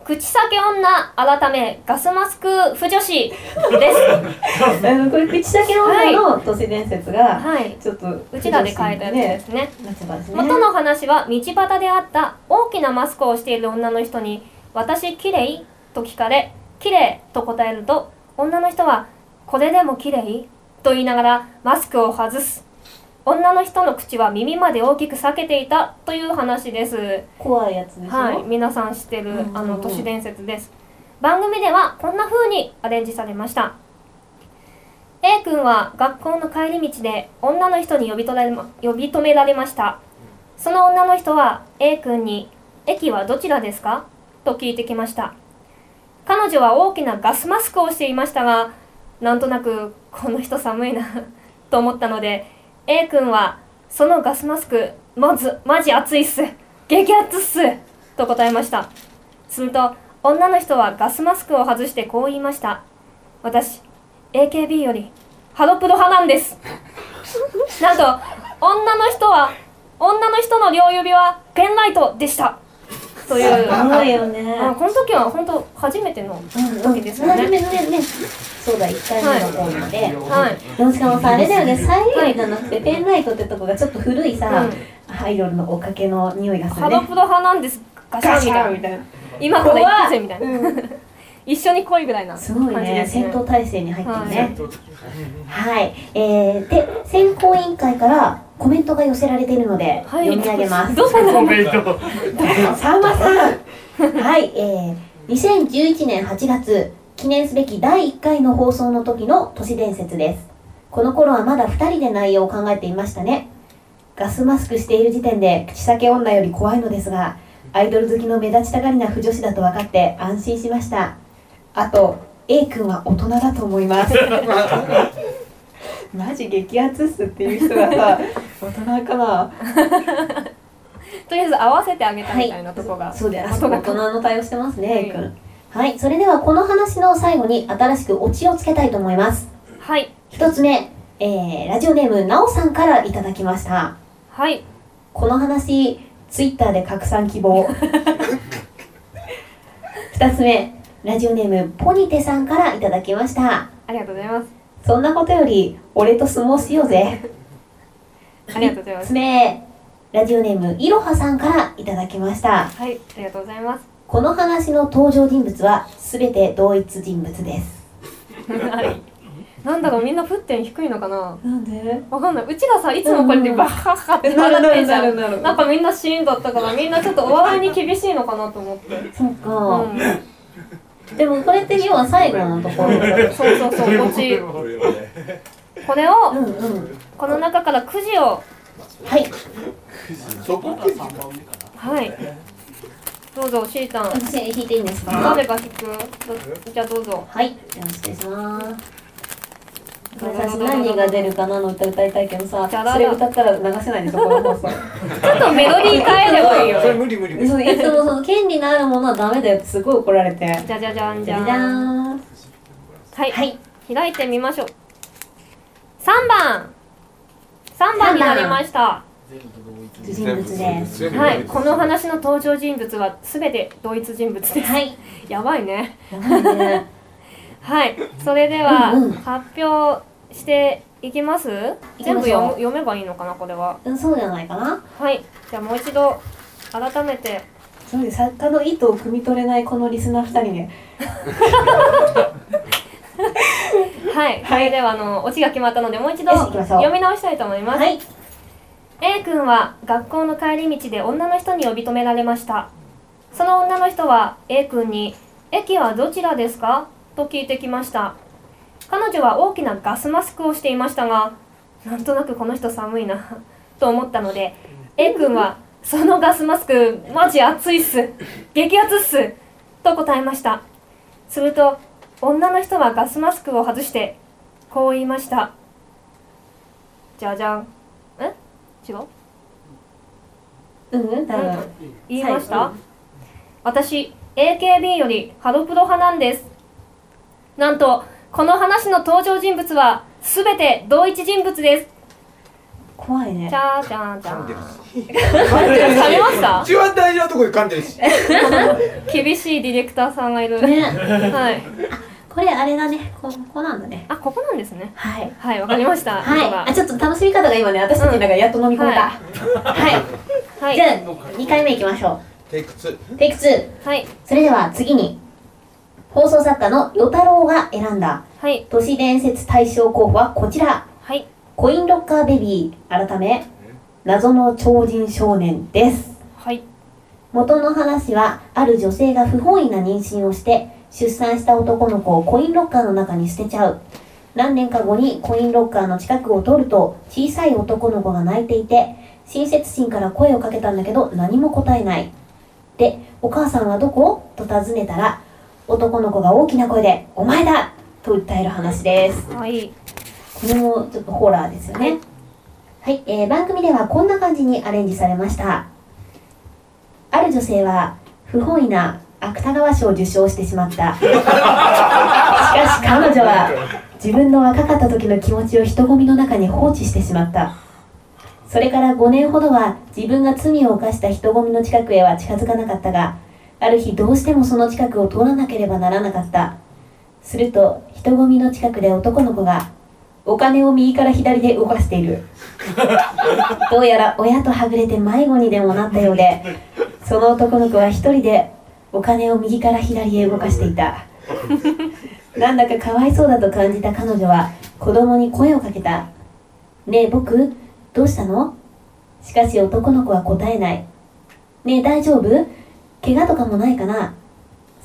Speaker 4: 口裂け女改めガスマスク不女子です
Speaker 6: あのこれ口先女の都市伝説が、
Speaker 4: はい
Speaker 6: ちょっと
Speaker 4: うちらで書いたやつですね
Speaker 6: なっちゃったんですね
Speaker 4: 元の話は道端であった大きなマスクをしている女の人に「私綺麗と聞かれ「綺麗と答えると女の人は「これでも綺麗と言いながらマスクを外す女の人の口は耳まで大きく裂けていたという話です
Speaker 6: 怖いやつでしょ、
Speaker 4: はい、皆さん知ってる
Speaker 6: うんうんうん
Speaker 4: あの都市伝説です番組ではこんな風にアレンジされました A 君は学校の帰り道で女の人に呼び止め,、呼び止められましたその女の人は A 君に「駅はどちらですか?」と聞いてきました彼女は大きなガスマスクをしていましたがなんとなくこの人寒いなと思ったので A 君は「そのガスマスクまずマジ熱いっす激熱っす」と答えましたすると女の人はガスマスクを外してこう言いました私 AKB よりハロプロ派なんです なんと女の人は女の人の両指はペンライトでしたという
Speaker 6: ごいよね。
Speaker 4: あこの時は本当初めての
Speaker 6: うんうん、
Speaker 4: 時ですよね
Speaker 6: ねねねそうだ、1回目のコーナーで。
Speaker 4: はい
Speaker 6: でもしかもさ、あれだよね、サイレンじゃなくて、ペンライトってとこがちょっと古いさ、アイドルのおかけの匂いがす
Speaker 4: ハ
Speaker 6: る
Speaker 4: ロ
Speaker 6: ね。
Speaker 4: プロ派なんですガシャンみた
Speaker 3: たい
Speaker 4: いな
Speaker 3: な。
Speaker 4: 今から行くぜみたいな、
Speaker 6: うん
Speaker 4: 一緒に来いぐらいな
Speaker 6: すごい
Speaker 4: 感じ
Speaker 6: ね
Speaker 4: で、す
Speaker 6: 戦闘態勢に入ってるね。
Speaker 7: と
Speaker 6: はい、えー、で、選考委員会からコメントが寄せられているので、
Speaker 4: はい
Speaker 6: 読み上げます。
Speaker 4: どうした
Speaker 7: コ
Speaker 4: の
Speaker 7: メント
Speaker 6: さんまさんはい、えー、2011年8月、記念すべき第1回の放送の時の都市伝説です。この頃はまだ2人で内容を考えていましたね。ガスマスクしている時点で口先女より怖いのですが、アイドル好きの目立ちたがりな腐女子だと分かって安心しました。あと、A 君は大人だと思います。マジ激アツっすっていう人がさ、大人かな。
Speaker 4: とりあえず合わせてあげたみたいなとこが、
Speaker 6: そうです。
Speaker 4: 後が
Speaker 6: 大人の対応してますね、
Speaker 4: うん
Speaker 6: くん。はい、それではこの話の最後に新しくオチをつけたいと思います。
Speaker 4: はい
Speaker 6: 一つ目、えー、ラジオネームなおさんからいただきました。
Speaker 4: はい
Speaker 6: この話、ツイッターで拡散希 望。二つ目、ラジオネームポニテさんからいただきました。
Speaker 4: ありがとうございます
Speaker 6: そんなことより、俺と相撲しようぜ。
Speaker 4: ありがとうございま
Speaker 6: 三
Speaker 4: す
Speaker 6: つ目、ラジオネームいろはさんからいただきました。
Speaker 4: はいありがとうございます
Speaker 6: この話の登場人物は全て同一人物です。
Speaker 4: はいなんだかみんな沸点低いのかな
Speaker 6: なんで
Speaker 4: わかんないうちらさいつもこうやってバッハッハって笑ってんじゃん
Speaker 3: なる
Speaker 4: なんかみんなシーンだったからみんなちょっとお笑いに厳しいのかなと思って、うん、
Speaker 6: そうか、でもこれって要は最後のと ころ。
Speaker 4: そうそう そうこっちこれを
Speaker 6: うんうん。
Speaker 4: この中からくじを
Speaker 6: はい。
Speaker 7: そこ
Speaker 4: はいどうぞしーたん
Speaker 6: 私引いていいんですか
Speaker 4: 誰が引くどじゃあどうぞ
Speaker 6: はい。じゃあ失礼します。これさ何が出るかなの歌歌いたいけどさ、それ歌ったら流せないでしょ、この放送。
Speaker 4: ちょっとメロディー変えればいいよ
Speaker 7: それ無理無理無理
Speaker 6: そういつもその権利のあるものはダメだよってすごい怒られて。
Speaker 4: じゃじゃじゃんじ
Speaker 6: じゃ
Speaker 4: ゃ
Speaker 6: じゃー
Speaker 4: ん
Speaker 6: ん。
Speaker 4: はい、
Speaker 6: はい。
Speaker 4: 開いてみましょう3番3番になりました
Speaker 6: 人物です。
Speaker 4: はいこの話の登場人物は全て同一人物です
Speaker 6: はい。
Speaker 4: やばいね
Speaker 6: やばいね。
Speaker 4: はいそれでは
Speaker 6: うんうん
Speaker 4: 発表していきます
Speaker 6: いき
Speaker 4: 全
Speaker 6: ま
Speaker 4: 部
Speaker 6: しょう
Speaker 4: 読む読めばいいのかなこれは
Speaker 6: うんそうじゃないかな。
Speaker 4: はいじゃあもう一度改めて
Speaker 6: そうです作家の意図を汲み取れないこのリスナー2人ね
Speaker 4: はい、それではあのオチが決まったのでもう一度
Speaker 6: よし行きましょう
Speaker 4: 読み直したいと思います、
Speaker 6: はい
Speaker 4: A 君は学校の帰り道で女の人に呼び止められましたその女の人は A 君に「駅はどちらですか?」と聞いてきました彼女は大きなガスマスクをしていましたがなんとなくこの人寒いな と思ったので A 君は「そのガスマスクマジ熱いっす激熱っす」と答えましたすると女の人はガスマスクを外してこう言いましたじゃじゃんえ違う
Speaker 6: うんうん多分
Speaker 4: 言いまし
Speaker 6: 最
Speaker 4: た
Speaker 6: 後
Speaker 4: 私 AKB よりハロプロ派なんですなんとこの話の登場人物は全て同一人物です
Speaker 6: 怖
Speaker 4: じ
Speaker 6: いね
Speaker 4: ゃーじゃーじゃ
Speaker 7: 噛んでる
Speaker 4: ー噛みました
Speaker 7: 一番大事なとこで噛んでるし
Speaker 4: 厳しいディレクターさんがいる、
Speaker 6: ね
Speaker 4: はい
Speaker 6: これあれだねこここなんだね
Speaker 4: あここなんですね
Speaker 6: はい
Speaker 4: はいわかりました
Speaker 6: はい
Speaker 4: は
Speaker 6: あちょっと楽しみ方が今ね私たちなんかやっと飲み込めたはい
Speaker 4: はいい
Speaker 6: じゃあ2回目いきましょ
Speaker 7: テイク 2
Speaker 6: うテイク2
Speaker 4: はい
Speaker 6: それでは次に放送作家の与太郎が選んだ
Speaker 4: はい
Speaker 6: 都市伝説大賞候補はこちら
Speaker 4: はい
Speaker 6: コインロッカーベビー改め謎の超人少年です
Speaker 4: はい
Speaker 6: 元の話はある女性が不本意な妊娠をして出産した男の子をコインロッカーの中に捨てちゃう何年か後にコインロッカーの近くを通ると小さい男の子が泣いていて親切心から声をかけたんだけど何も答えないで「お母さんはどこ?」と尋ねたら男の子が大きな声で「お前だと訴える話です。
Speaker 4: はい。
Speaker 6: これもちょっとホラーですよね。はい、えー番組ではこんな感じにアレンジされました。ある女性は不本意な芥川賞を受賞してしまった。 しかし彼女は自分の若かった時の気持ちを人混みの中に放置してしまった。それから5年ほどは自分が罪を犯した人混みの近くへは近づかなかったが、ある日どうしてもその近くを通らなければならなかった。すると人混みの近くで男の子がお金を右から左で動かしているどうやら親とはぐれて迷子にでもなったようでその男の子は一人でお金を右から左へ動かしていたなんだかかわいそうだと感じた彼女は子供に声をかけた「ねえ僕どうしたの?」しかし男の子は答えない「ねえ大丈夫怪我とかもないかな?」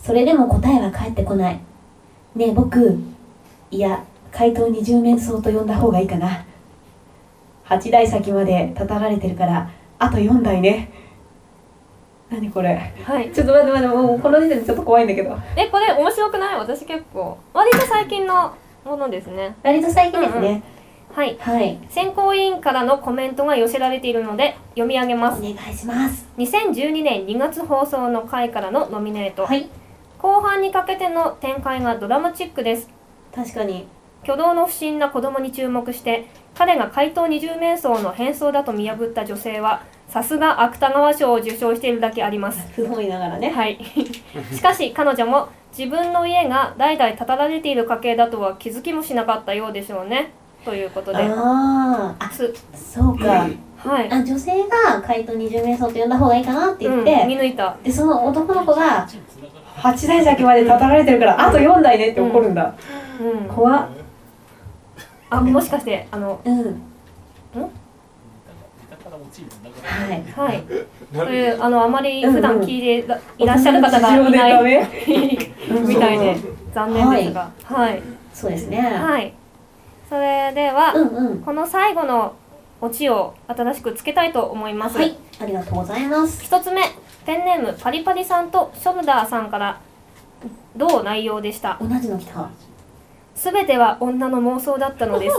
Speaker 6: それでも答えは返ってこない「ねえ僕いや怪盗二十面相と呼んだ方がいいかな8台先までたたられてるからあと4台ね何これ
Speaker 4: はい。
Speaker 6: ちょっと待って待ってもうこの時点でちょっと怖いんだけど
Speaker 4: え、これ面白くない私結構。割と最近のものですね。
Speaker 6: 割と最近ですね、
Speaker 4: はい。
Speaker 6: はい
Speaker 4: 選考委員からのコメントが寄せられているので読み上げ
Speaker 6: お
Speaker 4: ます。
Speaker 6: 願いします
Speaker 4: 2012年2月放送の回からのノミネート。
Speaker 6: はい
Speaker 4: 後半にかけての展開がドラマチックです。
Speaker 6: 確かに
Speaker 4: 挙動の不審な子供に注目して彼が怪盗二十面相の変装だと見破った女性はさすが芥川賞を受賞しているだけあります
Speaker 6: 不本意ながらね
Speaker 4: はい しかし彼女も自分の家が代々たたられている家系だとは気づきもしなかったようでしょうねということで
Speaker 6: あー
Speaker 4: す
Speaker 6: あそうか、
Speaker 4: はい
Speaker 6: あ女性が怪盗二十面相と呼んだ方がいいかなって言って、
Speaker 4: うん、見抜いた
Speaker 6: でその男の子が8台先までたたられてるからあと4台ねって怒るんだ、
Speaker 4: うん
Speaker 6: 怖っ
Speaker 4: あもしかしてあの
Speaker 6: うん。はい。
Speaker 4: はいというあのあまり普段聞いていらっしゃる方がい
Speaker 6: 事情で
Speaker 4: な
Speaker 6: ダ
Speaker 4: い
Speaker 6: メ
Speaker 4: みたいで残念ですがはい
Speaker 6: そうですね。
Speaker 4: はい。それでは、
Speaker 6: うんうん。
Speaker 4: この最後のオチを新しくつけたいと思います。
Speaker 6: はい。ありがとうございます。
Speaker 4: 一つ目、ペンネームパリパリさんとショルダーさんから、同内容でした。
Speaker 6: 同じの来た。
Speaker 4: すべては女の妄想だったの です。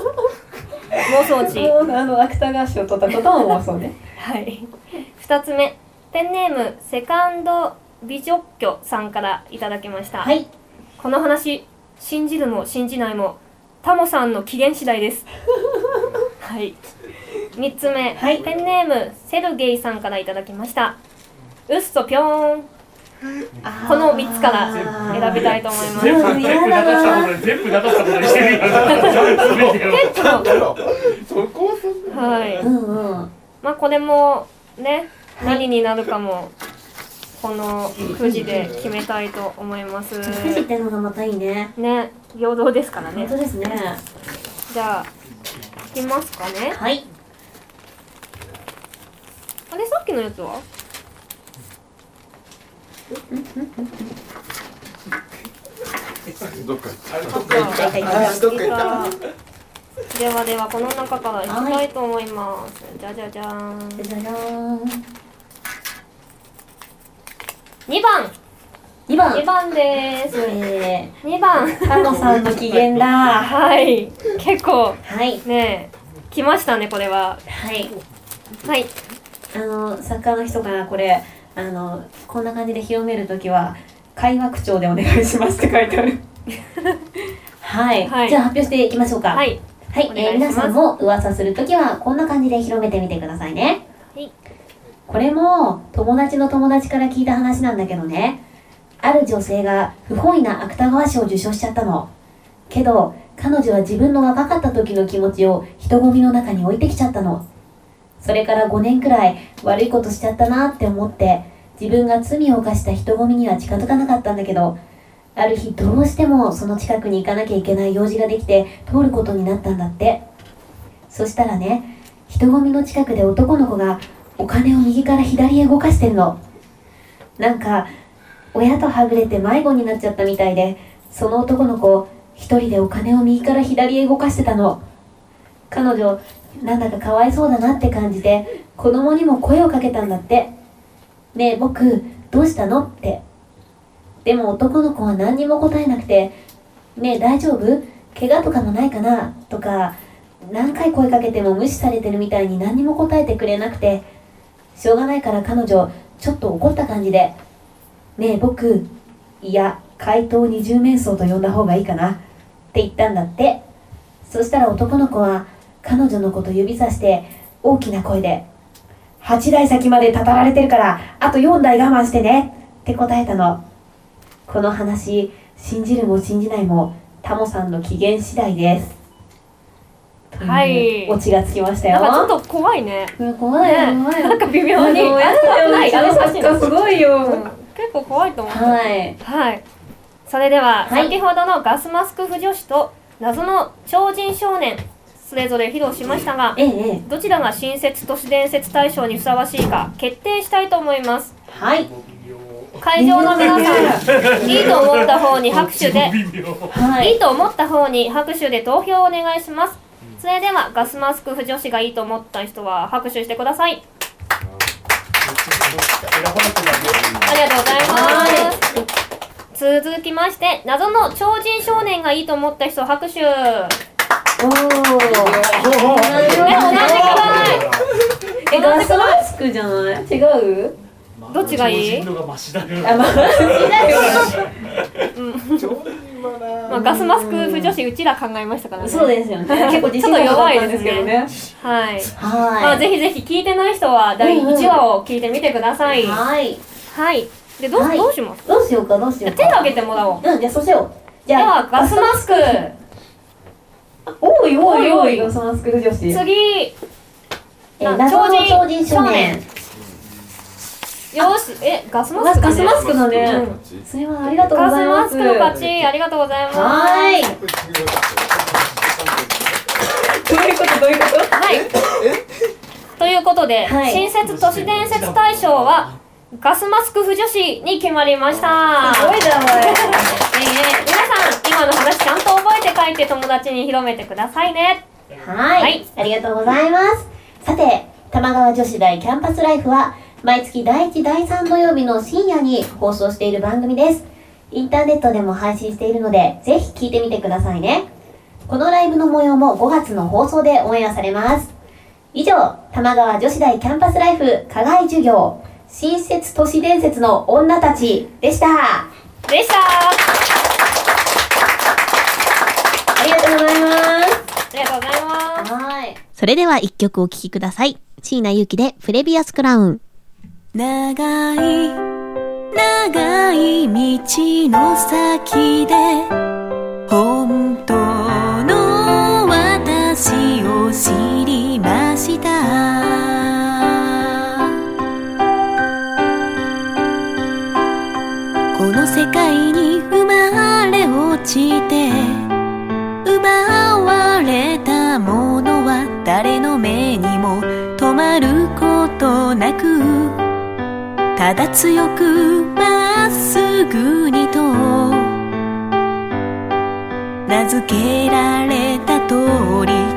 Speaker 4: 妄想値。
Speaker 6: うあの芥川賞取ったことも妄想ね。
Speaker 4: はい。二つ目、ペンネームセカンド美女魚さんからいただきました。
Speaker 6: はい。
Speaker 4: この話、信じるも信じないも、タモさんの機嫌次第 です。はい。三つ目、
Speaker 6: はい
Speaker 4: ペンネーム、セルゲイさんからいただきました。うっそぴょーん。この三つから選びたいと思います。
Speaker 7: 全部
Speaker 6: もう
Speaker 7: 全部流
Speaker 6: 嫌だ
Speaker 7: した
Speaker 6: な
Speaker 7: ことに全部流したことにしてるよ全てを
Speaker 4: 結構、
Speaker 1: そこはそんな
Speaker 4: はい。
Speaker 6: うんうん。
Speaker 4: まあこれも、ね、何になるかも、このくじで決めたいと思います。
Speaker 6: 富士ってのがまたいいね。
Speaker 4: ね、平等ですから
Speaker 6: 本
Speaker 4: ね
Speaker 6: 当。ですね。
Speaker 4: じゃあ、いきますかね。
Speaker 6: はい。
Speaker 4: あれさっきのやつは
Speaker 1: どっか
Speaker 6: はい
Speaker 1: どっか行った
Speaker 4: ではではこの中からいきたいと思います、じゃじゃじゃーん
Speaker 6: じゃじゃじゃーん。
Speaker 4: 2番
Speaker 6: 二
Speaker 4: 2
Speaker 6: 番。
Speaker 4: 番でーす
Speaker 6: え
Speaker 4: 2番
Speaker 6: ー、カノさんの機嫌だ。
Speaker 4: はい結構
Speaker 6: はい。
Speaker 4: ねえ来ましたねこれは
Speaker 6: はい。
Speaker 4: はい
Speaker 6: あの作家の人からこれあのこんな感じで広めるときは会話口調でお願いしますって書いて あるはい、
Speaker 4: はい
Speaker 6: じゃあ発表していきましょうか
Speaker 4: は
Speaker 6: はい、
Speaker 4: いお
Speaker 6: えー
Speaker 4: 願いします
Speaker 6: 皆さんも噂するときはこんな感じで広めてみてくださいね
Speaker 4: はい
Speaker 6: これも友達の友達から聞いた話なんだけどねある女性が不本意な芥川賞を受賞しちゃったのけど彼女は自分の若かった時の気持ちを人混みの中に置いてきちゃったのそれから5年くらい悪いことしちゃったなって思って自分が罪を犯した人混みには近づかなかったんだけどある日どうしてもその近くに行かなきゃいけない用事ができて通ることになったんだってそしたらね人混みの近くで男の子がお金を右から左へ動かしてんのなんか親とはぐれて迷子になっちゃったみたいでその男の子一人でお金を右から左へ動かしてたの彼女なんだかかわいそうだなって感じて子供にも声をかけたんだって「ねえ僕どうしたの?」ってでも男の子は何にも答えなくて目大丈夫怪我とかもないかなとか何回声かけても無視されてるみたいに何にも答えてくれなくてしょうがないから彼女ちょっと怒った感じで「ねえ僕いや怪盗二重面相と呼んだ方がいいかな」って言ったんだってそしたら男の子は彼女のこと指さして大きな声で「8台先までたたられてるからあと4台我慢してね」って答えたのこの話信じるも信じないもタモさんの機嫌次第です
Speaker 4: はい
Speaker 6: オチがつきましたよ
Speaker 4: なんかちょっと怖いね
Speaker 6: これ怖いよ
Speaker 4: ね
Speaker 6: 怖いよ
Speaker 4: なんか微妙に
Speaker 6: あのや
Speaker 4: あのないあの写
Speaker 6: 作家
Speaker 4: 真
Speaker 6: すごいよ
Speaker 4: 結構怖いと思った
Speaker 6: はい
Speaker 4: はい。それでは、
Speaker 6: はい
Speaker 4: 先ほどのガスマスク不女子と謎の超人少年、それぞれ披露しましたが、
Speaker 6: ええええ
Speaker 4: どちらが新説都市伝説大賞にふさわしいか決定したいと思います。
Speaker 6: はい
Speaker 4: 会場の皆さん、いいと思った方に拍手で、
Speaker 7: 微妙
Speaker 6: はい
Speaker 4: いいと思った方に拍手で投票をお願いします。それでは、ガスマスク不女子がいいと思った人は拍手してください。ありがとうございます。続きまして、謎の超人少年がいいと思った人拍手。ね、
Speaker 6: おー
Speaker 4: 同じくない。え、同
Speaker 6: ガ
Speaker 4: じ
Speaker 6: ス
Speaker 4: くない。
Speaker 6: マスクじゃない違う
Speaker 4: どっちがいい
Speaker 7: 超人のがマシだよ
Speaker 6: あ、 まあ、
Speaker 4: まあ、ガスマスク不女子うちら考えましたからね。
Speaker 6: そうですよね結構自信がなかったんですけどね
Speaker 4: はい。まあ、
Speaker 6: は
Speaker 4: ぜひぜひ聞いてない人は第
Speaker 6: うんうん
Speaker 4: 1話を聞いてみてください。
Speaker 6: いはい
Speaker 4: はい。で、どう、
Speaker 6: はい
Speaker 4: どうします
Speaker 6: どうしようかどうしよう
Speaker 4: 手を
Speaker 6: か
Speaker 4: 挙げてもらおう。
Speaker 6: うんじゃあそうしようじ
Speaker 4: で
Speaker 6: ゃ
Speaker 4: は、
Speaker 6: あ
Speaker 4: ガスマスク。
Speaker 6: おいおいお
Speaker 4: お
Speaker 6: い
Speaker 4: いおい
Speaker 6: ガスマスク女子え
Speaker 4: 次。
Speaker 6: ー謎の超人少年
Speaker 4: よし、え、ガスマ
Speaker 6: ガ
Speaker 4: ス
Speaker 6: ス
Speaker 4: ク、
Speaker 6: ガスマスクの
Speaker 4: う
Speaker 6: ね
Speaker 4: ん
Speaker 6: それはありがとうご
Speaker 4: ガ
Speaker 6: ざ
Speaker 4: ス
Speaker 6: い
Speaker 4: マ
Speaker 6: ま
Speaker 4: ス
Speaker 6: す
Speaker 4: クの勝ち、ありがとうございます。
Speaker 6: はーいどういうことどういうこと
Speaker 4: はい。ということで、
Speaker 6: はい
Speaker 4: 新設都市伝説大賞は、ガスマスク不女子に決まりました。
Speaker 6: すごいじゃな
Speaker 4: えー
Speaker 6: い
Speaker 4: 皆さん、今の話ちゃんと覚えて書いて友達に広めてくださいね。
Speaker 6: はい、
Speaker 4: はい
Speaker 6: ありがとうございます。さて、玉川女子大キャンパスライフは、毎月第1、第3土曜日の深夜に放送している番組です。インターネットでも配信しているので、ぜひ聞いてみてくださいね。このライブの模様も5月の放送でオンエアされます。以上、玉川女子大キャンパスライフ課外授業、新設都市伝説の女たちでした。あ
Speaker 4: でした。あ
Speaker 6: りがとうございま
Speaker 4: りがとうございます。
Speaker 6: す。はい。
Speaker 3: それでは一曲お聴きください。椎名ゆきでプレビアスクラウン。
Speaker 8: 長い長い道の先で本当の私を知りましたこの世界に生まれ落ちて奪われたものは誰の目にも止まることなくただ強くまっすぐにと名付けられた通り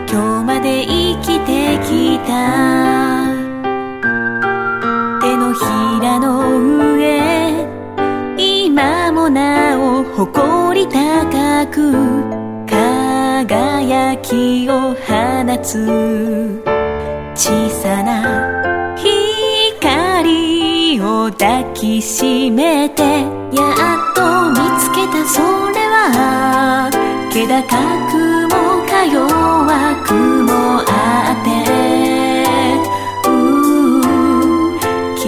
Speaker 8: 今日まで生きてきた手のひらの上今もなお誇り高く輝きを放つ小さな光を抱きしめてやっと見つけたそれは気高くもか弱くもあってうんき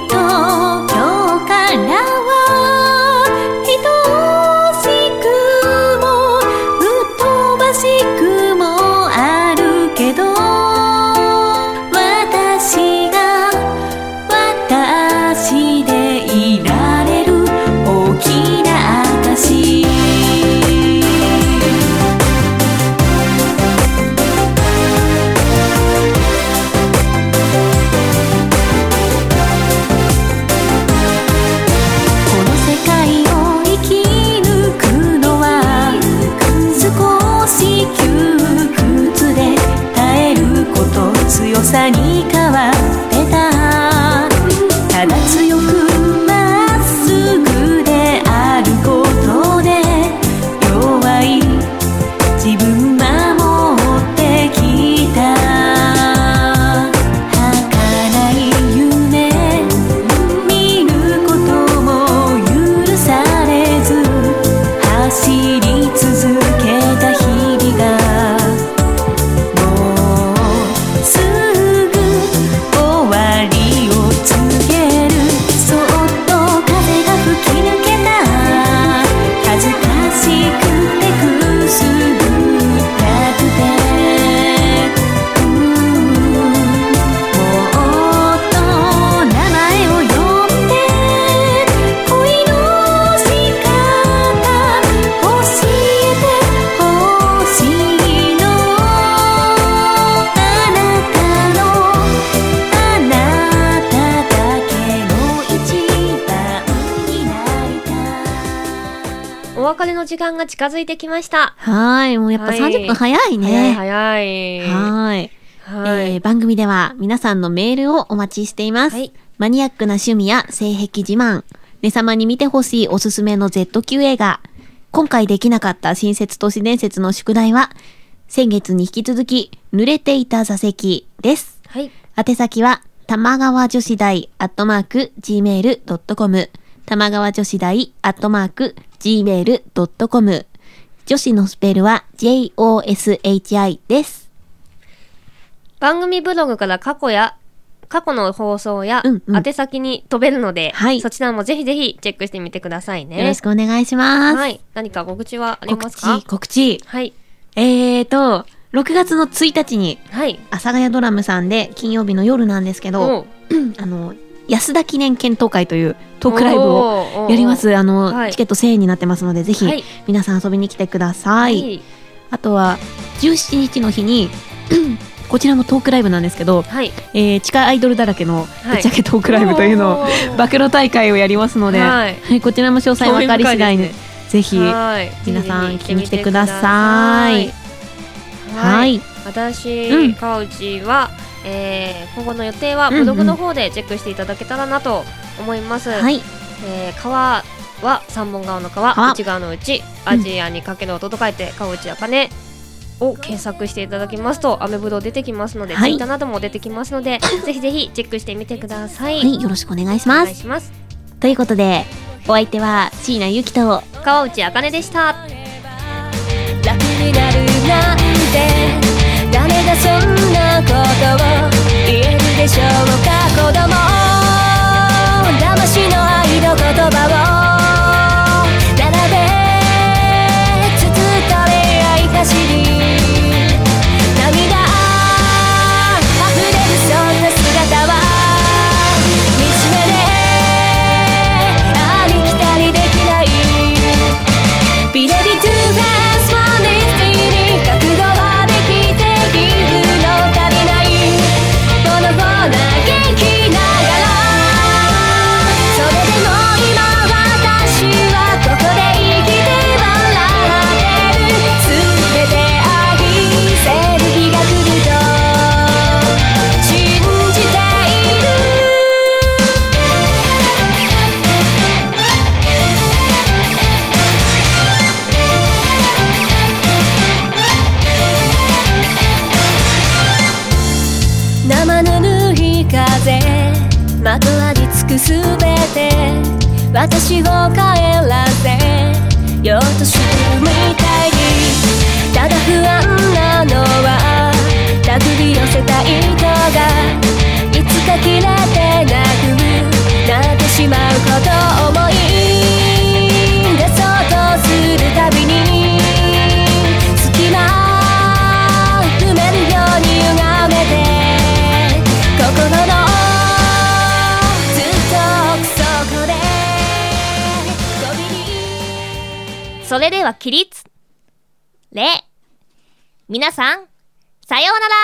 Speaker 8: っと今日からは愛しくもうっとばしくもあるけど私が私でいられる大きな証「
Speaker 1: 別れの時間が近づいてきました。
Speaker 3: はーい。もうやっぱ
Speaker 1: はい
Speaker 3: 30分早い
Speaker 1: 早い
Speaker 3: ね。
Speaker 1: 早い。
Speaker 3: はーい。
Speaker 1: はい。
Speaker 3: えー番組では皆さんのメールをお待ちしています。
Speaker 1: はい
Speaker 3: マニアックな趣味や性癖自慢、ね様に見てほしいおすすめの Z 級映画、今回できなかった新設都市伝説の宿題は、先月に引き続き、濡れていた座席です。
Speaker 1: はい。
Speaker 3: 宛先は、玉川女子大アットマーク gmail.com 玉川女子大アットマーク gmail.com 女子のスペルは joshi です。
Speaker 1: 番組ブログから過去や、過去の放送や
Speaker 3: うんうん
Speaker 1: 宛先に飛べるので、
Speaker 3: はい
Speaker 1: そちらもぜひぜひチェックしてみてくださいね。
Speaker 3: よろしくお願いします。
Speaker 1: はい。何か告知はありま
Speaker 3: 告
Speaker 1: すか
Speaker 3: 知、告知。
Speaker 1: はい。
Speaker 3: えーと、6月の1日に、
Speaker 1: はい。
Speaker 3: 阿佐ヶ谷ドラムさんで金曜日の夜なんですけど、
Speaker 1: おう
Speaker 3: あの、安田記念検討会というトークライブを
Speaker 1: を
Speaker 3: やりま。す。あの、
Speaker 1: はい
Speaker 3: チケット1000円になってますので、ぜひ
Speaker 1: はい
Speaker 3: 皆さん遊びに来てくだ
Speaker 1: は
Speaker 3: さい。
Speaker 1: い。
Speaker 3: あとは、17日の日に、 こちらもトークライブなんですけど、
Speaker 1: はい。
Speaker 3: えー地下アイドルだらけの
Speaker 1: い
Speaker 3: ぶっちゃけトークライブというのを、暴露大会をやりますので、は
Speaker 1: はい。
Speaker 3: い、こちらも詳細分かり次第に、ぜひ、
Speaker 1: はい。
Speaker 3: 皆さん
Speaker 1: ぜひぜひ
Speaker 3: 聞きに来てください
Speaker 1: 来てみてください
Speaker 3: は
Speaker 1: はい。
Speaker 3: い、う
Speaker 1: 私、
Speaker 3: ん
Speaker 1: 川内は、えー今後の予定は
Speaker 3: うんうん
Speaker 1: ブログの方でチェックしていただけたらなと思います。
Speaker 3: はい、
Speaker 1: えー川は三本川の川、
Speaker 3: 川
Speaker 1: 内側のうち、アジアにかける音と書いて、川内あかねを検索していただきますと、アメブロ出てきますので、
Speaker 3: はい
Speaker 1: ツイッターなども出てきますので、ぜひぜひチェックしてみてください。
Speaker 3: はい、よろしくお願いし
Speaker 1: お
Speaker 3: ま
Speaker 1: 願い
Speaker 3: す。
Speaker 1: します。
Speaker 3: ということで、お相手は椎名ゆきと、
Speaker 1: 川内あかねでした。
Speaker 8: 楽になるなんて誰がそんなことを言えるでしょうか子供騙しの愛の言葉を並べつつと恋愛歌詞に涙溢れるそんな姿は見つめでありきたりできないビレビトゥーフェスワンディスティに覚悟はできているの足りないボロボロ元気ながらそれでも今私はここで生きて笑ってる全て愛せる日が来ると信じている生ぬるい風まとわりつくすべて私を帰らせようとしてるみたいにただ不安なのは手繰り寄せた糸がいつか切れてなくなってしまうことを思い出そうとするたびに隙間埋めるように歪めて心のずっと奥底で飛びに
Speaker 1: それでは起立礼皆さん、さようなら